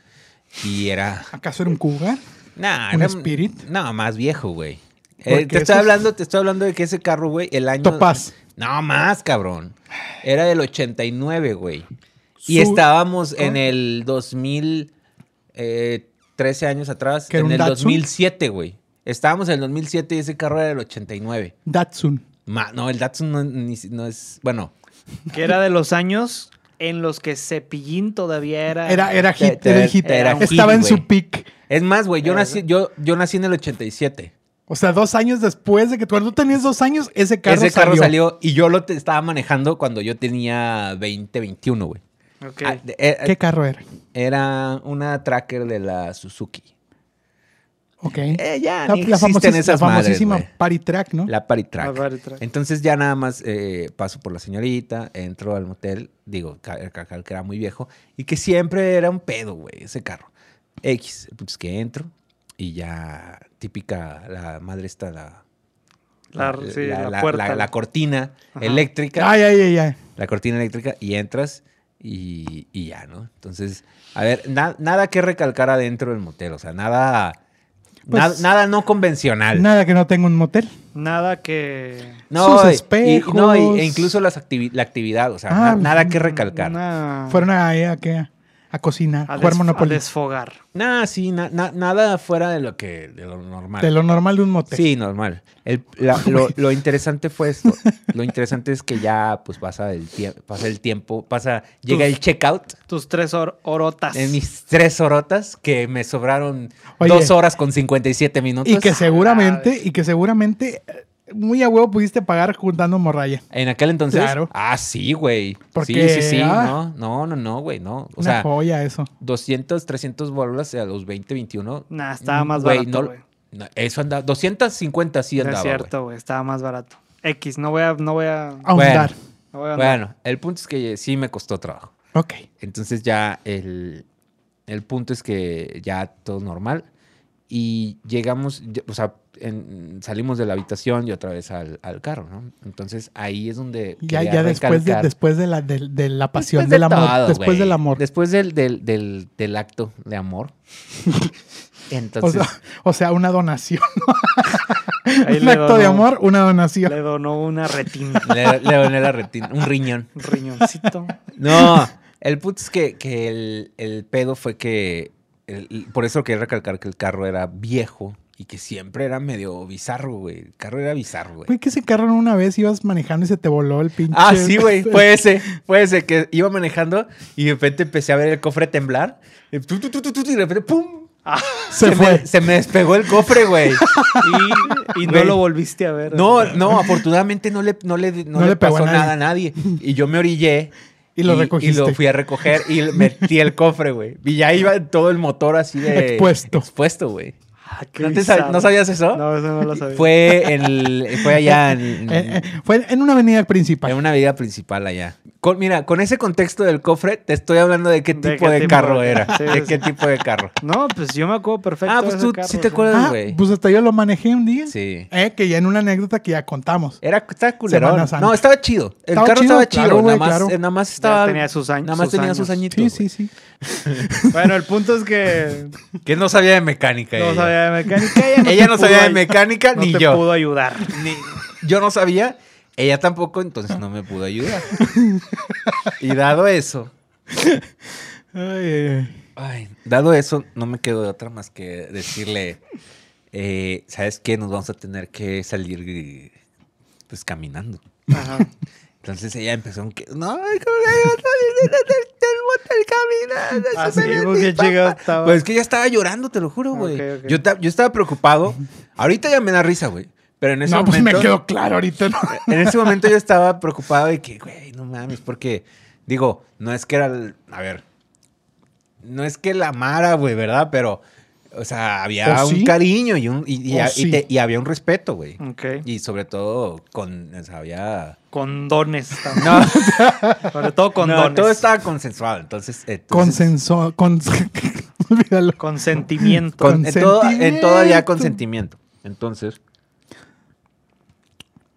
[SPEAKER 5] Y era...
[SPEAKER 4] ¿Acaso era un cougar?
[SPEAKER 5] Nah,
[SPEAKER 4] ¿Un
[SPEAKER 5] era-
[SPEAKER 4] Spirit?
[SPEAKER 5] No, más viejo, güey. Eh,
[SPEAKER 4] Porque
[SPEAKER 5] te,
[SPEAKER 4] esos-
[SPEAKER 5] estoy hablando, te estoy hablando de que ese carro, güey, el año...
[SPEAKER 4] Topaz.
[SPEAKER 5] No, más, cabrón. Era del 89, güey. Y
[SPEAKER 4] Su-
[SPEAKER 5] estábamos en
[SPEAKER 4] ¿Cómo?
[SPEAKER 5] el 2000, eh, 13 años atrás,
[SPEAKER 4] ¿Que era
[SPEAKER 5] en
[SPEAKER 4] un
[SPEAKER 5] el
[SPEAKER 4] Datsun?
[SPEAKER 5] 2007, güey. Estábamos en el 2007 y ese carro era del 89.
[SPEAKER 4] Datsun.
[SPEAKER 5] Ma- no, el Datsun no, ni si- no es... Bueno,
[SPEAKER 6] Que era de los años en los que Cepillín todavía era.
[SPEAKER 4] Era, era
[SPEAKER 5] Ah, Te-
[SPEAKER 4] hit,
[SPEAKER 5] te-
[SPEAKER 4] era el hit.
[SPEAKER 6] era
[SPEAKER 5] hit,
[SPEAKER 4] Estaba en
[SPEAKER 5] güey.
[SPEAKER 4] su pick.
[SPEAKER 5] es más, güey, yo
[SPEAKER 6] Eh,
[SPEAKER 5] nací, yo, yo nací en el 87.
[SPEAKER 4] O sea, dos años después de que cuando tú tenías dos años, ese carro,
[SPEAKER 5] ese carro salió. y yo lo te- estaba manejando cuando yo tenía 20, 21, güey.
[SPEAKER 6] Ok.
[SPEAKER 5] Ah, de- eh,
[SPEAKER 4] ¿Qué carro era?
[SPEAKER 5] Era una tracker de la Suzuki.
[SPEAKER 4] Ok.
[SPEAKER 5] Eh, ya,
[SPEAKER 4] la,
[SPEAKER 5] ni
[SPEAKER 4] la famosis-
[SPEAKER 5] existen
[SPEAKER 4] la
[SPEAKER 5] esas madres,
[SPEAKER 4] famosísima
[SPEAKER 5] güey.
[SPEAKER 4] Party Track, ¿no?
[SPEAKER 5] La Party
[SPEAKER 6] La
[SPEAKER 5] Track.
[SPEAKER 6] Party Track.
[SPEAKER 5] Entonces ya nada más eh, paso por la señorita, entro al motel, digo, ca- el cacal que era muy viejo y que siempre era un pedo, güey, ese carro. X, pues que entro y ya típica la madre está la...
[SPEAKER 6] La- sí, la
[SPEAKER 5] la-
[SPEAKER 6] puerta.
[SPEAKER 5] la- la cortina
[SPEAKER 6] Ajá.
[SPEAKER 5] eléctrica.
[SPEAKER 4] Ay, ay, ay, ay.
[SPEAKER 5] la cortina eléctrica y entras y, y ya, ¿no? Entonces, a ver, na- nada que recalcar adentro del motel, o sea, nada, na-
[SPEAKER 4] Pues-
[SPEAKER 5] nada no convencional.
[SPEAKER 4] Nada que no tenga un motel.
[SPEAKER 6] Nada que.
[SPEAKER 5] no,
[SPEAKER 4] sus
[SPEAKER 5] y-
[SPEAKER 4] espejos.
[SPEAKER 5] Y, no, y- e incluso las activi- la actividad, o sea, na-
[SPEAKER 4] Ah,
[SPEAKER 5] nada que recalcar. Ah.
[SPEAKER 6] Una-
[SPEAKER 4] Fueron a, a, qué? a, cocinar,
[SPEAKER 6] a
[SPEAKER 4] a jugar
[SPEAKER 6] desf- a
[SPEAKER 4] Monopoly.
[SPEAKER 6] desfogar.
[SPEAKER 5] Nada, sí, na- na- nada fuera de lo que, de lo normal.
[SPEAKER 4] De lo normal de un motel.
[SPEAKER 5] Sí, normal. El- la- lo, lo interesante fue esto. Lo interesante es que ya, pues, pasa el, tie- pasa el tiempo, pasa, llega
[SPEAKER 6] Tus-
[SPEAKER 5] el checkout.
[SPEAKER 6] Tus tres or- orotas.
[SPEAKER 5] En mis tres horotas que me sobraron
[SPEAKER 4] Oye.
[SPEAKER 5] dos horas con 57 minutos.
[SPEAKER 4] y que seguramente, y que seguramente, eh, muy a huevo pudiste pagar juntando morraya.
[SPEAKER 5] En aquel entonces.
[SPEAKER 4] Claro.
[SPEAKER 5] Ah, sí, güey. Sí,
[SPEAKER 4] Porque,
[SPEAKER 5] sí, sí.
[SPEAKER 4] ah.
[SPEAKER 5] No, no, no, no, güey, no. O
[SPEAKER 4] Una
[SPEAKER 5] sea,
[SPEAKER 4] joya eso.
[SPEAKER 5] 200, 300 bolas a los 20, 21.
[SPEAKER 6] Nah, estaba más
[SPEAKER 5] Güey,
[SPEAKER 6] barato,
[SPEAKER 5] no-
[SPEAKER 6] güey.
[SPEAKER 5] no, eso andaba. 250 sí
[SPEAKER 6] No
[SPEAKER 5] andaba.
[SPEAKER 6] es
[SPEAKER 5] güey.
[SPEAKER 6] cierto, güey. Estaba más barato. X, no voy a. No voy a.
[SPEAKER 4] Ahondar.
[SPEAKER 6] no voy a andar.
[SPEAKER 5] Bueno, el punto es que sí me costó trabajo.
[SPEAKER 4] Ok.
[SPEAKER 5] Entonces ya el, el punto es que ya todo normal. Y llegamos, ya- o sea, en- salimos de la habitación y otra vez al, al carro, ¿no? Entonces ahí es donde...
[SPEAKER 4] Ya,
[SPEAKER 5] quería
[SPEAKER 4] ya después, de,
[SPEAKER 5] recalcar-
[SPEAKER 4] después de la, de, de la pasión,
[SPEAKER 5] Después
[SPEAKER 4] del amor.
[SPEAKER 5] todo,
[SPEAKER 4] después
[SPEAKER 5] güey.
[SPEAKER 4] del amor.
[SPEAKER 5] Después del, del, del, del acto de amor.
[SPEAKER 4] o,
[SPEAKER 5] Entonces,
[SPEAKER 4] sea, o sea, una donación.
[SPEAKER 6] Ahí
[SPEAKER 4] Un
[SPEAKER 6] le
[SPEAKER 4] acto de
[SPEAKER 6] donó-
[SPEAKER 4] amor, una donación.
[SPEAKER 6] Le donó una retina,
[SPEAKER 5] le, le doné la retina, un riñón.
[SPEAKER 6] un riñoncito.
[SPEAKER 5] No, el punto es que, que el, el pedo fue que. el- el- por eso quería recalcar que el carro era viejo y que siempre era medio bizarro, güey. El carro era bizarro, güey.
[SPEAKER 4] Güey, que se cargaron una vez, ibas manejando y se te voló el pinche.
[SPEAKER 5] Ah, sí, güey. Fue ese. Fue ese que iba manejando y de repente empecé a ver el cofre temblar. Y, tu, tu, tu, tu, tu, y de repente, ¡pum!
[SPEAKER 4] Se fue.
[SPEAKER 5] Me, se me despegó el cofre, güey.
[SPEAKER 6] Y, y no
[SPEAKER 5] Güey.
[SPEAKER 6] lo volviste a ver. Ah,
[SPEAKER 5] No, no, afortunadamente no le, no le, no
[SPEAKER 4] No
[SPEAKER 5] le
[SPEAKER 4] le pegó
[SPEAKER 5] pasó
[SPEAKER 4] a nadie.
[SPEAKER 5] nada a nadie. Y yo me orillé.
[SPEAKER 4] Y lo recogiste.
[SPEAKER 5] Y lo fui a recoger y le metí el cofre, güey. Y ya iba todo el motor así de...
[SPEAKER 4] Expuesto.
[SPEAKER 5] Expuesto, güey.
[SPEAKER 6] Ah, qué
[SPEAKER 5] ¿No, te sab-
[SPEAKER 6] bizarro.
[SPEAKER 5] ¿no sabías eso?
[SPEAKER 6] No, eso no lo sabía.
[SPEAKER 5] Fue, en el- fue allá en,
[SPEAKER 4] Eh, eh, fue en una avenida principal.
[SPEAKER 5] en una vida principal allá. Con- mira, con ese contexto del cofre te estoy hablando de qué
[SPEAKER 6] De
[SPEAKER 5] tipo
[SPEAKER 6] qué
[SPEAKER 5] de
[SPEAKER 6] tipo
[SPEAKER 5] carro
[SPEAKER 6] de-
[SPEAKER 5] era.
[SPEAKER 6] Sí,
[SPEAKER 5] de
[SPEAKER 6] sí.
[SPEAKER 5] qué tipo de carro.
[SPEAKER 6] No, pues yo me acuerdo perfecto.
[SPEAKER 5] Ah,
[SPEAKER 6] de
[SPEAKER 5] pues
[SPEAKER 6] ese
[SPEAKER 5] tú
[SPEAKER 6] carro,
[SPEAKER 5] sí te acuerdas.
[SPEAKER 4] Ah,
[SPEAKER 5] güey.
[SPEAKER 4] pues hasta yo lo manejé un día.
[SPEAKER 5] Sí.
[SPEAKER 4] Eh, que ya en una anécdota que ya contamos.
[SPEAKER 5] Era, estaba culerón.
[SPEAKER 4] Semana Santa.
[SPEAKER 5] No, estaba chido. El
[SPEAKER 4] Estaba
[SPEAKER 5] carro
[SPEAKER 4] chido,
[SPEAKER 5] estaba chido.
[SPEAKER 4] claro,
[SPEAKER 5] nada,
[SPEAKER 4] güey,
[SPEAKER 5] más,
[SPEAKER 4] claro.
[SPEAKER 5] eh, nada más
[SPEAKER 6] Ya
[SPEAKER 5] estaba...
[SPEAKER 6] tenía sus años.
[SPEAKER 5] Nada más tenía sus añitos.
[SPEAKER 4] Sí, sí,
[SPEAKER 5] güey.
[SPEAKER 4] sí.
[SPEAKER 6] Bueno, el punto es que
[SPEAKER 5] Que no sabía de mecánica.
[SPEAKER 6] no
[SPEAKER 5] ella.
[SPEAKER 6] sabía de mecánica. Ella no,
[SPEAKER 5] Ella
[SPEAKER 6] te
[SPEAKER 5] no
[SPEAKER 6] pudo
[SPEAKER 5] sabía de
[SPEAKER 6] ay-
[SPEAKER 5] mecánica,
[SPEAKER 6] no
[SPEAKER 5] ni
[SPEAKER 6] te
[SPEAKER 5] yo.
[SPEAKER 6] pudo ayudar.
[SPEAKER 5] Ni- yo no sabía, ella tampoco, entonces no me pudo ayudar. y dado eso,
[SPEAKER 4] Ay, eh, ay, ay.
[SPEAKER 5] ay, dado eso, no me quedo de otra más que decirle, eh, ¿sabes qué? Nos vamos a tener que salir eh, pues caminando.
[SPEAKER 6] Ajá.
[SPEAKER 5] Entonces ella empezó a... que- No, ¿cómo le vas a salir del- del- del motel caminando? Eso
[SPEAKER 6] Así,
[SPEAKER 5] se ve
[SPEAKER 6] pues,
[SPEAKER 5] mi
[SPEAKER 6] qué
[SPEAKER 5] papá".
[SPEAKER 6] chingado estaba.
[SPEAKER 5] Pues es que ya estaba llorando, te lo juro, güey.
[SPEAKER 6] Ok, ok.
[SPEAKER 5] Yo, ta- yo estaba preocupado. Ahorita ya me da risa, güey. Pero en ese
[SPEAKER 4] No, pues
[SPEAKER 5] momento...
[SPEAKER 4] me quedó claro ahorita. ¿no?
[SPEAKER 5] En ese momento yo estaba preocupado de que, güey, no mames, porque, digo, no es que era, el- a ver, no es que la amara, güey, ¿verdad? Pero, o sea, había
[SPEAKER 4] ¿O
[SPEAKER 5] un
[SPEAKER 4] sí?
[SPEAKER 5] cariño y, un, y, y-
[SPEAKER 4] ¿O
[SPEAKER 5] y
[SPEAKER 4] sí?
[SPEAKER 5] te- y había un respeto, güey.
[SPEAKER 6] Ok.
[SPEAKER 5] Y sobre todo con, o sea, había...
[SPEAKER 6] Condones también.
[SPEAKER 5] No,
[SPEAKER 6] Sobre todo condones.
[SPEAKER 5] no, todo estaba consensuado, entonces... eh, entonces-
[SPEAKER 4] Consenso. Con... Olvídalo.
[SPEAKER 6] Consentimiento.
[SPEAKER 5] con- en, todo, en todo había
[SPEAKER 4] Consentimiento.
[SPEAKER 5] consentimiento. Entonces...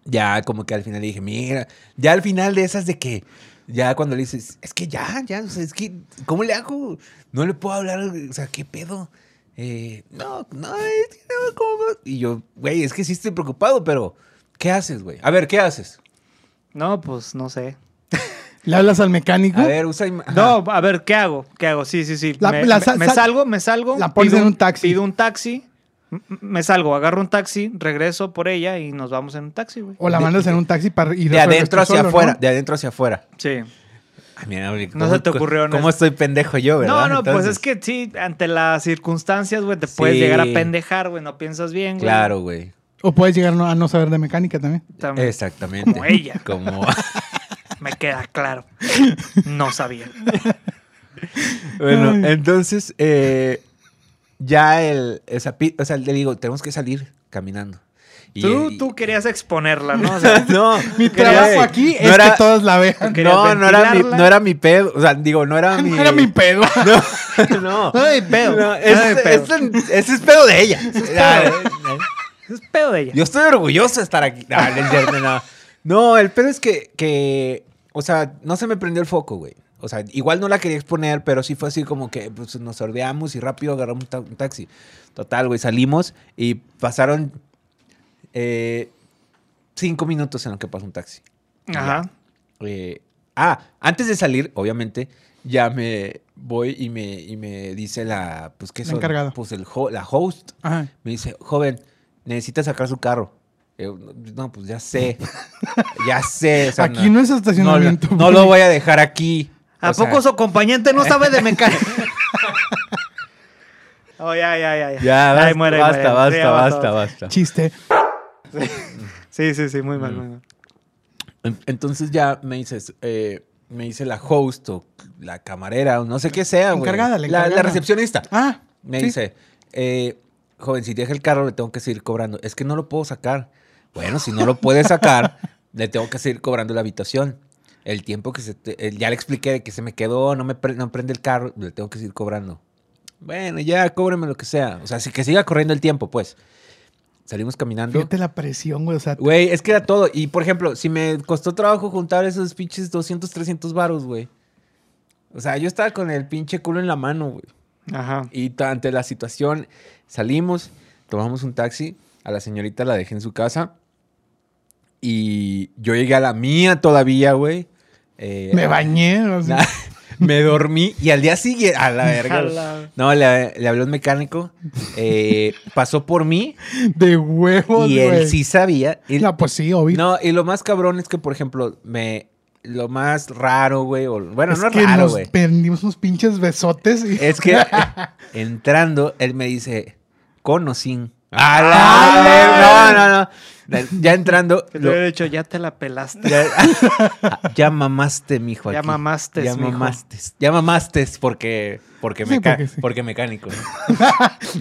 [SPEAKER 5] Ya como que al final dije, mira, ya al final de esas de que, ya cuando le dices, es que ya, ya, o sea, es que, ¿cómo le hago? No le puedo hablar, o sea, ¿qué pedo? Eh, no, no, es que no, ¿cómo? va?". Y yo, güey, es que sí estoy preocupado, pero, ¿qué haces, güey? A ver, ¿qué haces?
[SPEAKER 6] No, pues no sé.
[SPEAKER 4] ¿Le hablas al mecánico?
[SPEAKER 5] A ver, usa... im- ajá.
[SPEAKER 6] No, a ver, ¿qué hago? ¿Qué hago? Sí, sí, sí.
[SPEAKER 4] La-
[SPEAKER 6] me,
[SPEAKER 4] la
[SPEAKER 6] me-
[SPEAKER 4] sal-
[SPEAKER 6] me
[SPEAKER 4] sal-
[SPEAKER 6] salgo, me salgo.
[SPEAKER 4] la pones
[SPEAKER 6] pido
[SPEAKER 4] en
[SPEAKER 6] un-
[SPEAKER 4] un taxi.
[SPEAKER 6] Pido un taxi. m- m- Me salgo, agarro un taxi, regreso por ella y nos vamos en un taxi, güey.
[SPEAKER 4] O la mandas en un taxi para ir
[SPEAKER 5] de
[SPEAKER 4] a-
[SPEAKER 5] adentro hacia
[SPEAKER 4] solo, ¿no?
[SPEAKER 5] afuera, de adentro hacia afuera.
[SPEAKER 6] Sí.
[SPEAKER 5] Ay, mira, güey,
[SPEAKER 6] No
[SPEAKER 5] cómo-
[SPEAKER 6] se te ocurrió, ¿no?
[SPEAKER 5] ¿Cómo estoy pendejo yo, verdad?
[SPEAKER 6] No, no, pues
[SPEAKER 5] Entonces,
[SPEAKER 6] es que sí, ante las circunstancias, güey, te puedes
[SPEAKER 5] Sí.
[SPEAKER 6] llegar a pendejar, güey, no piensas bien, güey.
[SPEAKER 5] Claro, güey.
[SPEAKER 4] O puedes llegar no- a no saber de mecánica también.
[SPEAKER 6] También.
[SPEAKER 5] Exactamente.
[SPEAKER 6] Como ella.
[SPEAKER 5] Como...
[SPEAKER 6] Me queda claro. No sabía.
[SPEAKER 5] Bueno, entonces eh, ya el, esa pi- o sea, le digo, tenemos que salir caminando. Y-
[SPEAKER 6] Tú,
[SPEAKER 5] y-
[SPEAKER 6] tú querías exponerla, ¿no? O sea,
[SPEAKER 5] no,
[SPEAKER 4] Mi
[SPEAKER 5] güey,
[SPEAKER 4] trabajo aquí
[SPEAKER 5] no
[SPEAKER 4] es
[SPEAKER 5] era-
[SPEAKER 4] que todos la vean.
[SPEAKER 6] querías
[SPEAKER 5] no, no era mi,
[SPEAKER 6] ventilarla.
[SPEAKER 5] no era mi pedo, o sea, digo, no era mi,
[SPEAKER 4] No era mi pedo.
[SPEAKER 5] no, no,
[SPEAKER 6] No hay pedo.
[SPEAKER 5] No,
[SPEAKER 6] No
[SPEAKER 5] ese,
[SPEAKER 6] hay pedo.
[SPEAKER 5] ese- ese es pedo de ella. Ah,
[SPEAKER 6] Es pedo de ella.
[SPEAKER 5] Yo estoy orgulloso de estar aquí. No, no, es cierto, no. No, el pedo es que, que, o sea, no se me prendió el foco, güey. O sea, igual no la quería exponer, pero sí fue así como que pues, nos sordeamos y rápido agarramos un, ta- un taxi. Total, güey, salimos y pasaron eh, cinco minutos en lo que pasó un taxi.
[SPEAKER 6] Ajá.
[SPEAKER 5] Eh, ah, antes de salir, obviamente, ya me voy y me, y me dice la, pues, ¿qué
[SPEAKER 4] La
[SPEAKER 5] son?
[SPEAKER 4] encargada.
[SPEAKER 5] Pues el ho- la host.
[SPEAKER 4] Ajá.
[SPEAKER 5] Me dice, joven, necesita sacar su carro. Yo, no, pues ya sé. ya sé. o sea,
[SPEAKER 4] Aquí no es estacionamiento
[SPEAKER 5] No, no lo voy a dejar aquí.
[SPEAKER 6] ¿A
[SPEAKER 5] O sea,
[SPEAKER 6] poco su acompañante no sabe de mecánica? oh, ya, ya, ya. Ya,
[SPEAKER 5] Ya,
[SPEAKER 6] Ay,
[SPEAKER 5] basta,
[SPEAKER 6] muere,
[SPEAKER 5] basta,
[SPEAKER 6] muere.
[SPEAKER 5] basta,
[SPEAKER 6] Sí, ya
[SPEAKER 5] basta,
[SPEAKER 6] basta.
[SPEAKER 5] basta.
[SPEAKER 4] Chiste.
[SPEAKER 6] Sí, sí, sí, muy mal,
[SPEAKER 5] Mm.
[SPEAKER 6] muy mal.
[SPEAKER 5] En- Entonces ya me dices, eh, me dice la host o la camarera o no sé qué sea, güey.
[SPEAKER 4] Encargada, la encargada.
[SPEAKER 5] la recepcionista.
[SPEAKER 4] Ah.
[SPEAKER 5] Me
[SPEAKER 4] sí.
[SPEAKER 5] dice, eh, joven, si deja el carro, le tengo que seguir cobrando. Es que no lo puedo sacar. Bueno, si no lo puede sacar, le tengo que seguir cobrando la habitación. El tiempo que se... te- el- ya le expliqué de que se me quedó, no me pre- no prende el carro, le tengo que seguir cobrando. Bueno, ya, cóbreme lo que sea. O sea, sí, que siga corriendo el tiempo, pues. Salimos caminando.
[SPEAKER 4] Fíjate la presión, güey. O sea,
[SPEAKER 5] Güey, es que era todo. Y, por ejemplo, si me costó trabajo juntar esos pinches 200, 300 varos, güey. O sea, yo estaba con el pinche culo en la mano, güey.
[SPEAKER 6] Ajá.
[SPEAKER 5] Y t- ante la situación, salimos, tomamos un taxi, a la señorita la dejé en su casa. Y yo llegué a la mía todavía, güey. Eh,
[SPEAKER 4] me bañé. o sea,
[SPEAKER 5] na- me dormí y al día siguiente, a la verga. güey.
[SPEAKER 6] Jala.
[SPEAKER 5] No, le, le habló un mecánico, eh, pasó por mí
[SPEAKER 4] de huevos,
[SPEAKER 5] y
[SPEAKER 4] Pues, güey.
[SPEAKER 5] él sí sabía. y-
[SPEAKER 4] No, pues sí, obvio.
[SPEAKER 5] no, y lo más cabrón es que, por ejemplo, me. Lo más raro, güey. o- Bueno,
[SPEAKER 4] Es
[SPEAKER 5] no es
[SPEAKER 4] que
[SPEAKER 5] raro,
[SPEAKER 4] nos
[SPEAKER 5] güey.
[SPEAKER 4] Prendimos unos pinches besotes. Y...
[SPEAKER 5] Es que eh, entrando, él me dice, con o sin. ¡A
[SPEAKER 4] ¡Ah,
[SPEAKER 5] la ver- No, no, no. Ya entrando.
[SPEAKER 6] Que te
[SPEAKER 5] lo-
[SPEAKER 6] hubiera Pues dicho, ya te la pelaste.
[SPEAKER 5] ya, ya mamaste, mijo.
[SPEAKER 6] Ya
[SPEAKER 5] aquí.
[SPEAKER 6] mamastes,
[SPEAKER 5] Ya
[SPEAKER 6] mijo.
[SPEAKER 5] mamastes. Ya mamastes porque, porque,
[SPEAKER 4] Sí,
[SPEAKER 5] meca-
[SPEAKER 4] porque sí.
[SPEAKER 5] porque mecánico. ¿no?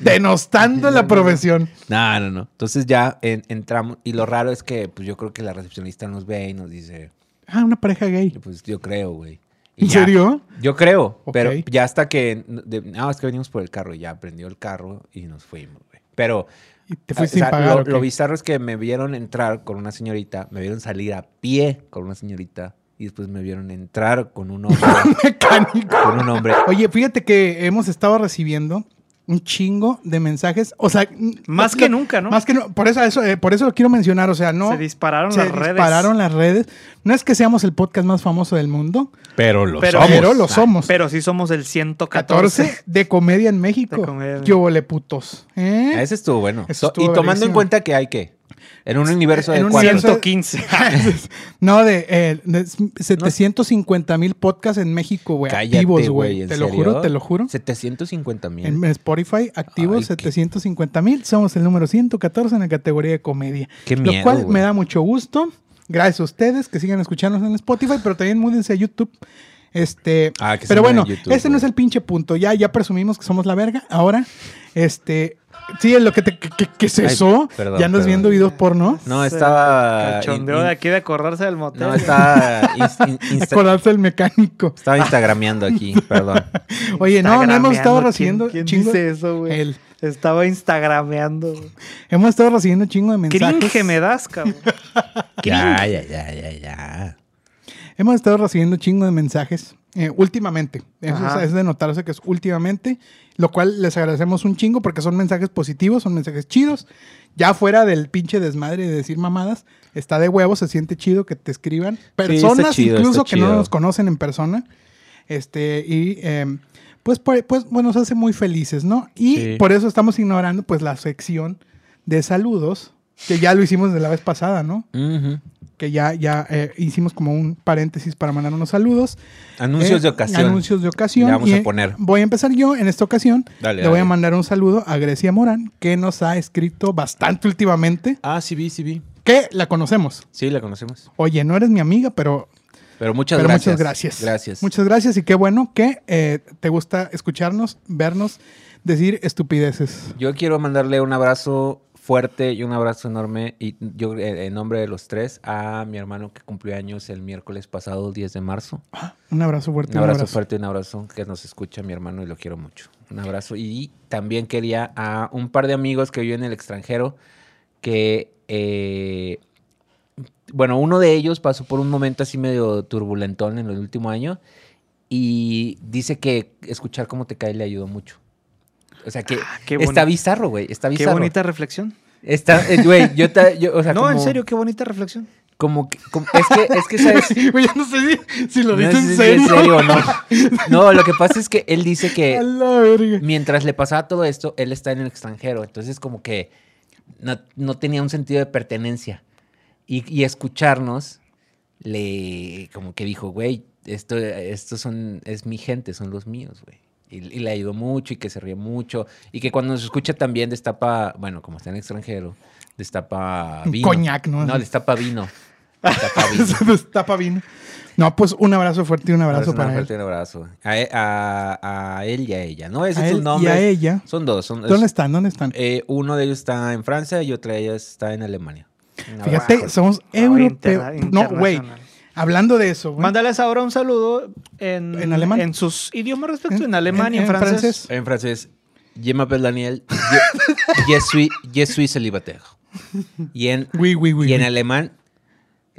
[SPEAKER 4] denostando la profesión.
[SPEAKER 5] No, no, no. Entonces ya en- entramos. Y lo raro es que, pues yo creo que la recepcionista nos ve y nos dice,
[SPEAKER 4] Ah, una pareja gay.
[SPEAKER 5] pues yo creo, güey. Y
[SPEAKER 4] ¿En
[SPEAKER 5] ya.
[SPEAKER 4] serio?
[SPEAKER 5] Yo creo,
[SPEAKER 4] Ok.
[SPEAKER 5] pero ya hasta que. de- no, es que venimos por el carro y ya prendió el carro y nos fuimos, güey. Pero.
[SPEAKER 4] Y
[SPEAKER 6] Ah,
[SPEAKER 4] te
[SPEAKER 5] Ah, o
[SPEAKER 4] fuiste
[SPEAKER 5] sea,
[SPEAKER 4] sin pagar.
[SPEAKER 5] lo,
[SPEAKER 4] ¿o qué?
[SPEAKER 5] lo bizarro es que me vieron entrar con una señorita, me vieron salir a pie con una señorita y después me vieron entrar con un hombre.
[SPEAKER 4] Mecánico.
[SPEAKER 5] con un hombre.
[SPEAKER 4] Oye, fíjate que hemos estado recibiendo un chingo de mensajes. O sea,
[SPEAKER 6] Más que nunca, ¿no?
[SPEAKER 4] Más que nu- por eso, eso, eh, por eso lo quiero mencionar. O sea, no.
[SPEAKER 6] Se dispararon las redes.
[SPEAKER 4] Se dispararon las redes. No es que seamos el podcast más famoso del mundo,
[SPEAKER 5] Pero lo
[SPEAKER 6] Pero-
[SPEAKER 5] somos.
[SPEAKER 4] pero lo somos.
[SPEAKER 6] Ah, Pero sí somos el 114.
[SPEAKER 4] 14 de comedia en México.
[SPEAKER 6] De comedia.
[SPEAKER 4] Yo ole putos. ¿eh?
[SPEAKER 5] Ah, Ese estuvo bueno.
[SPEAKER 4] Eso
[SPEAKER 5] So- y
[SPEAKER 4] estuvo
[SPEAKER 5] tomando en
[SPEAKER 4] verguísima.
[SPEAKER 5] cuenta que hay que. En un universo
[SPEAKER 4] En
[SPEAKER 5] de Ah,
[SPEAKER 4] un
[SPEAKER 5] cuatro.
[SPEAKER 4] universo-
[SPEAKER 6] 115.
[SPEAKER 4] no, de, eh, de 750 mil podcasts en México, güey. Activos,
[SPEAKER 5] Cállate, güey.
[SPEAKER 4] güey.
[SPEAKER 5] ¿en
[SPEAKER 4] Te lo
[SPEAKER 5] serio?
[SPEAKER 4] juro, te lo juro.
[SPEAKER 5] 750 mil.
[SPEAKER 4] En Spotify activos
[SPEAKER 5] Ay, qué-
[SPEAKER 4] 750 mil. Somos el número 114 en la categoría de comedia.
[SPEAKER 5] Qué miedo,
[SPEAKER 4] lo cual
[SPEAKER 5] güey.
[SPEAKER 4] me da mucho gusto. Gracias a ustedes que sigan escuchándonos en Spotify, pero también múdense a YouTube. Este,
[SPEAKER 5] Ah, que se
[SPEAKER 4] pero
[SPEAKER 5] muevan
[SPEAKER 4] bueno,
[SPEAKER 5] a YouTube,
[SPEAKER 4] ese no
[SPEAKER 5] güey.
[SPEAKER 4] es el pinche punto. Ya, ya presumimos que somos la verga. Ahora, este, sí, es lo que te, que, que- que es
[SPEAKER 5] Ay,
[SPEAKER 4] eso.
[SPEAKER 5] perdón,
[SPEAKER 4] ya andas
[SPEAKER 5] perdón.
[SPEAKER 4] viendo videos porno.
[SPEAKER 5] No, estaba.
[SPEAKER 6] Cachondeo
[SPEAKER 5] in-
[SPEAKER 6] de aquí de acordarse del motel.
[SPEAKER 5] No, estaba. in- in- insta-
[SPEAKER 4] Acordarse del mecánico.
[SPEAKER 5] Estaba instagrameando aquí, perdón.
[SPEAKER 4] Oye, no, no hemos estado
[SPEAKER 6] Instagrameando.
[SPEAKER 4] recibiendo
[SPEAKER 6] ¿Quién, quién
[SPEAKER 4] chingo-
[SPEAKER 6] dice eso, güey?
[SPEAKER 4] Él.
[SPEAKER 6] Estaba instagrameando. güey.
[SPEAKER 4] Hemos estado recibiendo chingo de mensajes.
[SPEAKER 6] Cringe me das, cabrón.
[SPEAKER 5] Ya, ya, ya, ya, ya.
[SPEAKER 4] Hemos estado recibiendo chingo de mensajes eh, últimamente. Eso
[SPEAKER 6] Ajá.
[SPEAKER 4] es, es de notarse que es últimamente, lo cual les agradecemos un chingo porque son mensajes positivos, son mensajes chidos. Ya fuera del pinche desmadre de decir mamadas, está de huevo, se siente chido que te escriban personas
[SPEAKER 5] chido,
[SPEAKER 4] incluso
[SPEAKER 5] está
[SPEAKER 4] que no
[SPEAKER 5] chido.
[SPEAKER 4] nos conocen en persona. Este, y eh, pues, por- pues, bueno, nos hace muy felices, ¿no? Y
[SPEAKER 5] Sí.
[SPEAKER 4] por eso estamos ignorando, pues, la sección de saludos, que ya lo hicimos de la vez pasada, ¿no?
[SPEAKER 5] Ujú.
[SPEAKER 4] que ya, ya eh, hicimos como un paréntesis para mandar unos saludos.
[SPEAKER 5] Anuncios
[SPEAKER 4] Eh,
[SPEAKER 5] de ocasión.
[SPEAKER 4] Anuncios de ocasión.
[SPEAKER 5] Le vamos
[SPEAKER 4] Y,
[SPEAKER 5] a
[SPEAKER 4] eh,
[SPEAKER 5] poner.
[SPEAKER 4] Voy a empezar yo en esta ocasión.
[SPEAKER 5] Dale,
[SPEAKER 4] Le
[SPEAKER 5] dale.
[SPEAKER 4] voy a mandar un saludo a Grecia Morán, que nos ha escrito bastante últimamente,
[SPEAKER 5] Ah, sí vi, sí vi.
[SPEAKER 4] que la conocemos.
[SPEAKER 5] Sí, la conocemos.
[SPEAKER 4] Oye, no eres mi amiga, pero,
[SPEAKER 5] Pero muchas
[SPEAKER 4] pero
[SPEAKER 5] gracias.
[SPEAKER 4] muchas gracias.
[SPEAKER 5] Gracias.
[SPEAKER 4] Muchas gracias y qué bueno que eh, te gusta escucharnos, vernos, decir estupideces.
[SPEAKER 5] Yo quiero mandarle un abrazo fuerte y un abrazo enorme y yo eh, en nombre de los tres a mi hermano que cumplió años el miércoles pasado 10 de marzo.
[SPEAKER 4] Un abrazo fuerte.
[SPEAKER 5] Un abrazo fuerte, un abrazo que nos escucha mi hermano y lo quiero mucho. Un abrazo. Y también quería a un par de amigos que viven en el extranjero que, eh, bueno, uno de ellos pasó por un momento así medio turbulentón en el último año y dice que escuchar cómo te cae le ayudó mucho. O sea que
[SPEAKER 6] Ah, qué
[SPEAKER 5] está
[SPEAKER 6] boni-
[SPEAKER 5] bizarro, güey. Está
[SPEAKER 6] Qué
[SPEAKER 5] bizarro.
[SPEAKER 6] bonita reflexión.
[SPEAKER 5] Está, eh, güey, yo, ta- yo, o sea,
[SPEAKER 6] no, en
[SPEAKER 5] como-
[SPEAKER 6] serio, qué bonita reflexión.
[SPEAKER 5] Como que, como- es que, es que, ¿sabes?
[SPEAKER 4] Güey, yo no sé si, si lo
[SPEAKER 5] No
[SPEAKER 4] dices
[SPEAKER 5] sé
[SPEAKER 4] en
[SPEAKER 5] si es
[SPEAKER 4] serio.
[SPEAKER 5] o no. No, lo que pasa es que él dice
[SPEAKER 4] A
[SPEAKER 5] que
[SPEAKER 4] la verga.
[SPEAKER 5] mientras le pasaba todo esto, él está en el extranjero. Entonces, como que no, no tenía un sentido de pertenencia. Y, y escucharnos, le como que dijo, güey, esto, esto son, es mi gente, son los míos, güey. Y, y le ayudó mucho y que se ríe mucho. Y que cuando nos escucha también destapa, bueno, como está en el extranjero, destapa
[SPEAKER 4] Un
[SPEAKER 5] vino.
[SPEAKER 4] coñac, ¿no?
[SPEAKER 5] No, destapa vino. Destapa vino.
[SPEAKER 4] Se destapa vino. No, pues un abrazo fuerte y un abrazo
[SPEAKER 5] Abrazo,
[SPEAKER 4] para
[SPEAKER 5] un
[SPEAKER 4] él.
[SPEAKER 5] fuerte abrazo. A, e- a- a él y a ella. No, ese
[SPEAKER 4] A
[SPEAKER 5] es su
[SPEAKER 4] él y
[SPEAKER 5] nombre.
[SPEAKER 4] a ella.
[SPEAKER 5] Son dos. Son,
[SPEAKER 4] ¿Dónde
[SPEAKER 5] es-
[SPEAKER 4] están? ¿Dónde están?
[SPEAKER 5] eh, uno de ellos está en Francia y otra de ellas está en Alemania. Un
[SPEAKER 4] Fíjate,
[SPEAKER 5] abrazo.
[SPEAKER 4] somos
[SPEAKER 6] Ahora interna-
[SPEAKER 4] europeos. No, güey.
[SPEAKER 6] Ah, internacional.
[SPEAKER 4] Hablando de eso, güey.
[SPEAKER 6] Mándales ahora un saludo en,
[SPEAKER 4] En alemán.
[SPEAKER 6] En sus idiomas respectivos,
[SPEAKER 4] En-
[SPEAKER 6] en alemán y en,
[SPEAKER 4] en- en
[SPEAKER 6] francés.
[SPEAKER 4] francés.
[SPEAKER 5] En francés, je m'appelle Daniel, je, je suis, je suis célibataire. Y en,
[SPEAKER 4] Oui, oui, oui,
[SPEAKER 5] y en
[SPEAKER 4] oui.
[SPEAKER 5] alemán...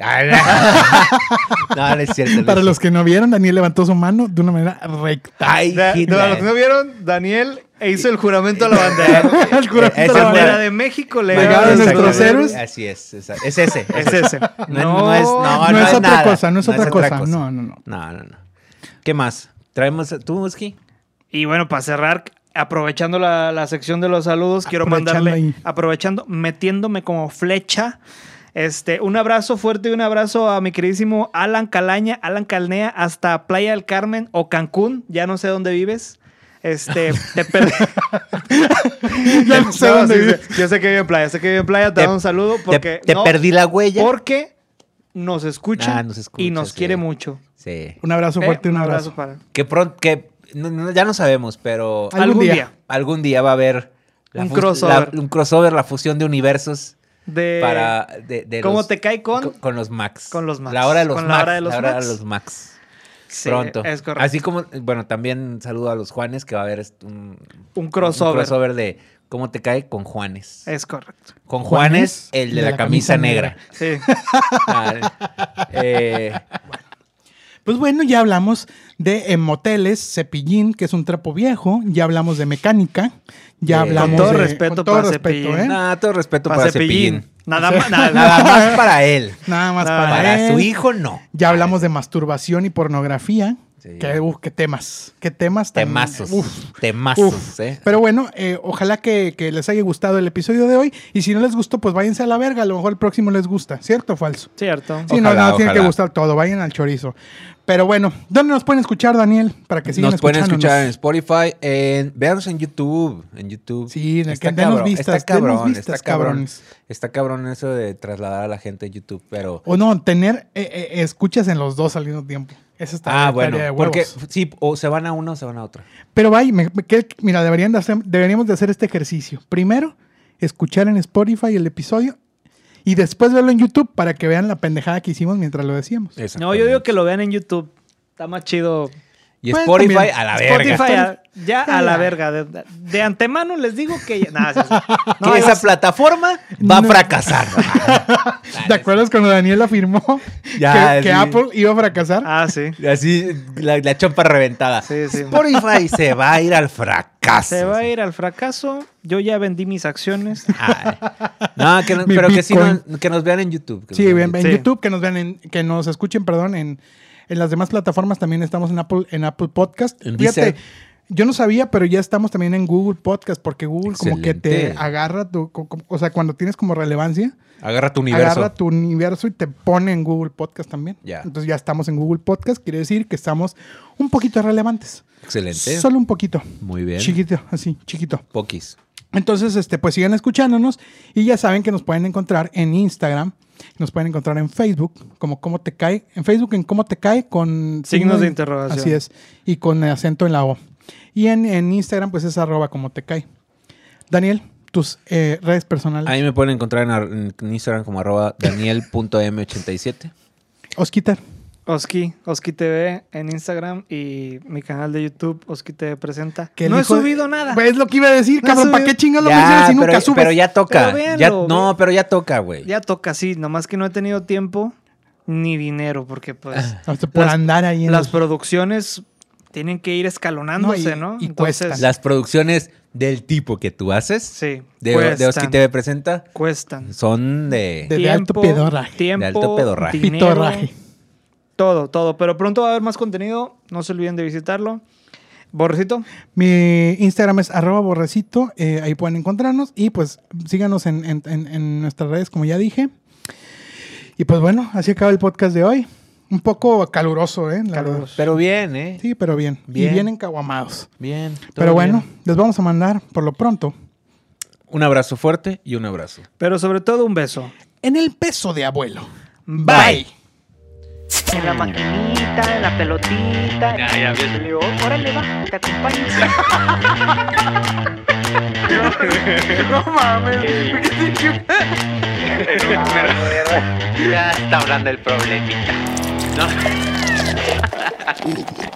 [SPEAKER 5] Ah, no. No, no es cierto. no es
[SPEAKER 4] Para
[SPEAKER 5] cierto.
[SPEAKER 4] los que no vieron, Daniel levantó su mano de una manera recta.
[SPEAKER 5] Ay,
[SPEAKER 6] Da-
[SPEAKER 5] Hitler.
[SPEAKER 6] para los que no vieron, Daniel e hizo el juramento a la bandera.
[SPEAKER 4] El juramento
[SPEAKER 5] Eh,
[SPEAKER 6] la
[SPEAKER 5] ese
[SPEAKER 6] bandera
[SPEAKER 5] fue-
[SPEAKER 6] de México le
[SPEAKER 4] Legado
[SPEAKER 6] da-
[SPEAKER 4] de nuestros
[SPEAKER 5] Exactamente.
[SPEAKER 4] héroes.
[SPEAKER 5] Así es, esa- es ese.
[SPEAKER 6] Es ese. No,
[SPEAKER 5] No, no es, no,
[SPEAKER 4] no
[SPEAKER 5] no
[SPEAKER 4] es otra
[SPEAKER 5] nada.
[SPEAKER 4] cosa, no es otra cosa. No, no, no.
[SPEAKER 5] No, no, no. ¿Qué más? ¿Traemos tú, Oski?
[SPEAKER 6] Y bueno, para cerrar, aprovechando la, la sección de los saludos, quiero
[SPEAKER 4] Aprovechando
[SPEAKER 6] mandarle,
[SPEAKER 4] ahí.
[SPEAKER 6] aprovechando, metiéndome como flecha. Este, un abrazo fuerte y un abrazo a mi queridísimo Alan Calaña, Alan Calnea, hasta Playa del Carmen o Cancún, ya no sé dónde vives. Este, te perdí.
[SPEAKER 4] Ya no sé dónde
[SPEAKER 6] sí,
[SPEAKER 4] vive.
[SPEAKER 6] sí. Yo sé que vive en playa, sé que vive en playa, te,
[SPEAKER 5] Te-
[SPEAKER 6] mando un saludo porque
[SPEAKER 5] te, te
[SPEAKER 6] no,
[SPEAKER 5] perdí la huella.
[SPEAKER 6] porque nos escucha,
[SPEAKER 5] Ah, nos escucha,
[SPEAKER 6] y nos
[SPEAKER 5] sí.
[SPEAKER 6] quiere mucho.
[SPEAKER 5] Sí.
[SPEAKER 4] Un abrazo
[SPEAKER 6] Eh,
[SPEAKER 4] fuerte, un abrazo.
[SPEAKER 6] para
[SPEAKER 5] Que pronto, que no- no, ya no sabemos, pero
[SPEAKER 4] Algún
[SPEAKER 6] algún
[SPEAKER 4] día.
[SPEAKER 6] día,
[SPEAKER 5] algún día va a haber la
[SPEAKER 6] Un
[SPEAKER 5] fus-
[SPEAKER 6] crossover.
[SPEAKER 5] la- un crossover, la fusión de universos
[SPEAKER 6] de
[SPEAKER 5] para de, de
[SPEAKER 6] Eh, ¿Cómo
[SPEAKER 5] los-
[SPEAKER 6] te cae con?
[SPEAKER 5] co- con los Max.
[SPEAKER 6] con los Max.
[SPEAKER 5] La hora de los
[SPEAKER 6] Con
[SPEAKER 5] Max. La hora de los, Max.
[SPEAKER 6] Sí,
[SPEAKER 5] Pronto.
[SPEAKER 6] Es correcto.
[SPEAKER 5] Así como, bueno, también saludo a los Juanes que va a haber est- un,
[SPEAKER 6] un crossover.
[SPEAKER 5] un crossover de cómo te cae con Juanes.
[SPEAKER 4] Eh,
[SPEAKER 6] Es correcto.
[SPEAKER 5] Con Juanes, el de la, camisa, negra.
[SPEAKER 6] Sí.
[SPEAKER 5] Ah, eh,
[SPEAKER 4] Pues bueno, ya hablamos de eh, moteles, cepillín, que es un trapo viejo. Ya hablamos de mecánica. Ya
[SPEAKER 5] Con
[SPEAKER 4] hablamos
[SPEAKER 5] todo
[SPEAKER 4] de-
[SPEAKER 6] respeto
[SPEAKER 4] con todo
[SPEAKER 6] para
[SPEAKER 4] respeto,
[SPEAKER 6] Cepillín.
[SPEAKER 4] ¿eh? Nada,
[SPEAKER 5] nada, todo respeto
[SPEAKER 6] Pa'
[SPEAKER 5] para, Cepillín.
[SPEAKER 6] Nada más. Nada,
[SPEAKER 5] Nada más para él.
[SPEAKER 4] más
[SPEAKER 6] Nada,
[SPEAKER 4] para,
[SPEAKER 5] Para,
[SPEAKER 4] él.
[SPEAKER 5] su hijo, no.
[SPEAKER 4] Ya hablamos de masturbación y pornografía.
[SPEAKER 5] Sí.
[SPEAKER 4] Que, uf, qué temas. Qué temas tan.
[SPEAKER 5] Temazos.
[SPEAKER 4] uf.
[SPEAKER 5] Temazos,
[SPEAKER 4] Uf.
[SPEAKER 5] ¿eh?
[SPEAKER 4] Pero bueno, eh, ojalá que, que les haya gustado el episodio de hoy. Y si no les gustó, pues váyanse a la verga. A lo mejor el próximo les gusta. ¿Cierto o falso?
[SPEAKER 6] Cierto.
[SPEAKER 4] Sí, no,
[SPEAKER 5] Ojalá,
[SPEAKER 4] no, tiene que
[SPEAKER 5] ojalá.
[SPEAKER 4] gustar todo. Vayan al chorizo. Pero bueno, ¿dónde nos pueden escuchar, Daniel? Para que sigan
[SPEAKER 5] Nos pueden
[SPEAKER 4] escuchándonos.
[SPEAKER 5] escuchar en Spotify, en véanos en YouTube, en YouTube.
[SPEAKER 4] Sí, en el
[SPEAKER 5] Está
[SPEAKER 4] que denos
[SPEAKER 5] cabrón,
[SPEAKER 4] vistas,
[SPEAKER 5] está cabrón,
[SPEAKER 4] denos vistas,
[SPEAKER 5] está cabrón.
[SPEAKER 4] cabrones.
[SPEAKER 5] Está cabrón eso de trasladar a la gente a YouTube, pero
[SPEAKER 4] O no, tener eh, eh, escuchas en los dos al mismo tiempo. Eso está
[SPEAKER 5] ah, bueno,
[SPEAKER 4] de huevos.
[SPEAKER 5] porque sí, o se van a uno o se van a otro.
[SPEAKER 4] Pero vaya, me- me- que- mira, deberían de hacer, deberíamos de hacer este ejercicio. Primero, escuchar en Spotify el episodio y después verlo en YouTube para que vean la pendejada que hicimos mientras lo decíamos.
[SPEAKER 5] Eh,
[SPEAKER 6] No, yo digo que lo vean en YouTube. Está más chido.
[SPEAKER 5] y
[SPEAKER 4] Pues,
[SPEAKER 5] Spotify
[SPEAKER 4] también.
[SPEAKER 5] a la verga. Ah.
[SPEAKER 6] Spotify, a- ya a
[SPEAKER 4] Ya.
[SPEAKER 6] la verga. De, de antemano les digo que. ya- Nada, sí, sí.
[SPEAKER 5] Que
[SPEAKER 6] No,
[SPEAKER 5] esa
[SPEAKER 6] es-
[SPEAKER 5] plataforma va a
[SPEAKER 4] No.
[SPEAKER 5] fracasar.
[SPEAKER 4] ¿Te acuerdas cuando Daniel afirmó
[SPEAKER 5] Ya,
[SPEAKER 4] que, que
[SPEAKER 5] sí.
[SPEAKER 4] Apple iba a fracasar?
[SPEAKER 6] Ah, sí.
[SPEAKER 5] Así la, la chompa reventada.
[SPEAKER 6] Sí, sí.
[SPEAKER 5] Spotify se va a ir al fracaso.
[SPEAKER 6] Se va a ir al fracaso. Yo ya vendí mis acciones.
[SPEAKER 5] Ay. No, que no-
[SPEAKER 4] Mi
[SPEAKER 5] pero que sí,
[SPEAKER 4] Bitcoin.
[SPEAKER 5] no- que nos vean en YouTube. que nos
[SPEAKER 4] Sí,
[SPEAKER 5] vean en
[SPEAKER 4] vean- en,
[SPEAKER 6] Sí.
[SPEAKER 4] YouTube, que nos vean en, que nos escuchen, perdón, en, en las demás plataformas también estamos en Apple, en Apple Podcast.
[SPEAKER 5] En
[SPEAKER 4] Fíjate,
[SPEAKER 5] Deezer.
[SPEAKER 4] yo no sabía, pero ya estamos también en Google Podcast, porque Google como que te
[SPEAKER 5] Excelente.
[SPEAKER 4] agarra tu, co- co- o sea, cuando tienes como relevancia,
[SPEAKER 5] Agarra tu universo.
[SPEAKER 4] agarra tu universo y te pone en Google Podcast también.
[SPEAKER 5] Ya.
[SPEAKER 4] Entonces ya estamos en Google Podcast, quiere decir que estamos un poquito relevantes.
[SPEAKER 5] Excelente.
[SPEAKER 4] Solo un poquito.
[SPEAKER 5] Muy bien.
[SPEAKER 4] Chiquito, así, chiquito.
[SPEAKER 5] Poquis.
[SPEAKER 4] Entonces, este, pues sigan escuchándonos y ya saben que nos pueden encontrar en Instagram, nos pueden encontrar en Facebook, como cómo te cae, en Facebook en cómo te cae con
[SPEAKER 6] Signos de
[SPEAKER 4] en-
[SPEAKER 6] interrogación.
[SPEAKER 4] Así es, y con acento en la O. Y en, en Instagram, pues es arroba como te cae. Daniel, tus eh, redes personales.
[SPEAKER 5] Ahí me pueden encontrar en, ar- en Instagram como arroba daniel.m87.
[SPEAKER 4] Osquitar.
[SPEAKER 6] Oski, Oski TV en Instagram y mi canal de YouTube, Oski TV Presenta.
[SPEAKER 4] que el
[SPEAKER 6] no he
[SPEAKER 4] hijo de-
[SPEAKER 6] subido nada.
[SPEAKER 4] Pues es lo que iba a decir,
[SPEAKER 6] No he
[SPEAKER 4] cabrón, ¿para
[SPEAKER 6] subido.
[SPEAKER 4] qué chingas lo mencionas
[SPEAKER 5] Ya,
[SPEAKER 4] si nunca
[SPEAKER 5] pero,
[SPEAKER 4] subes?
[SPEAKER 5] pero ya toca.
[SPEAKER 6] Pero véanlo,
[SPEAKER 5] ya,
[SPEAKER 6] ve-
[SPEAKER 5] no, pero ya toca, güey.
[SPEAKER 6] Ya toca, sí, nomás que no he tenido tiempo ni dinero, porque pues
[SPEAKER 4] Hasta por
[SPEAKER 6] Las-
[SPEAKER 4] andar ahí en
[SPEAKER 6] las
[SPEAKER 4] los-
[SPEAKER 6] producciones tienen que ir escalonándose, ¿no?
[SPEAKER 4] y cuestan.
[SPEAKER 5] Las producciones del tipo que tú haces,
[SPEAKER 6] Sí,
[SPEAKER 5] de,
[SPEAKER 6] cuestan,
[SPEAKER 5] de Oski TV Presenta,
[SPEAKER 6] cuestan.
[SPEAKER 5] son Pues de...
[SPEAKER 4] De- alto pedorraje.
[SPEAKER 6] Tiempo,
[SPEAKER 5] De alto pedorraje.
[SPEAKER 6] dinero,
[SPEAKER 4] Pitorraje.
[SPEAKER 6] Todo, todo. Pero pronto va a haber más contenido. No se olviden de visitarlo. Borrecito,
[SPEAKER 4] Mi Instagram es arroba borrecito, eh, ahí pueden encontrarnos y pues síganos en, en- en- en nuestras redes, como ya dije. Y pues bueno, así acaba el podcast de hoy. Un poco caluroso, ¿eh? La
[SPEAKER 6] Caluroso.
[SPEAKER 5] Pero bien, ¿eh?
[SPEAKER 4] verdad. Sí, pero bien.
[SPEAKER 5] Bien.
[SPEAKER 4] Y bien encaguamados.
[SPEAKER 5] Bien.
[SPEAKER 4] Pero
[SPEAKER 5] todo
[SPEAKER 4] bueno,
[SPEAKER 5] bien.
[SPEAKER 4] les vamos a mandar por lo pronto
[SPEAKER 5] Un abrazo fuerte y un abrazo.
[SPEAKER 6] pero sobre todo un beso.
[SPEAKER 4] en el peso de abuelo.
[SPEAKER 5] Bye.
[SPEAKER 2] En la maquinita, en la pelotita.
[SPEAKER 3] Ya, ya, bien.
[SPEAKER 2] Le digo, órale, va, te acompaño. no, mames,
[SPEAKER 3] Ya está hablando el problemita. No.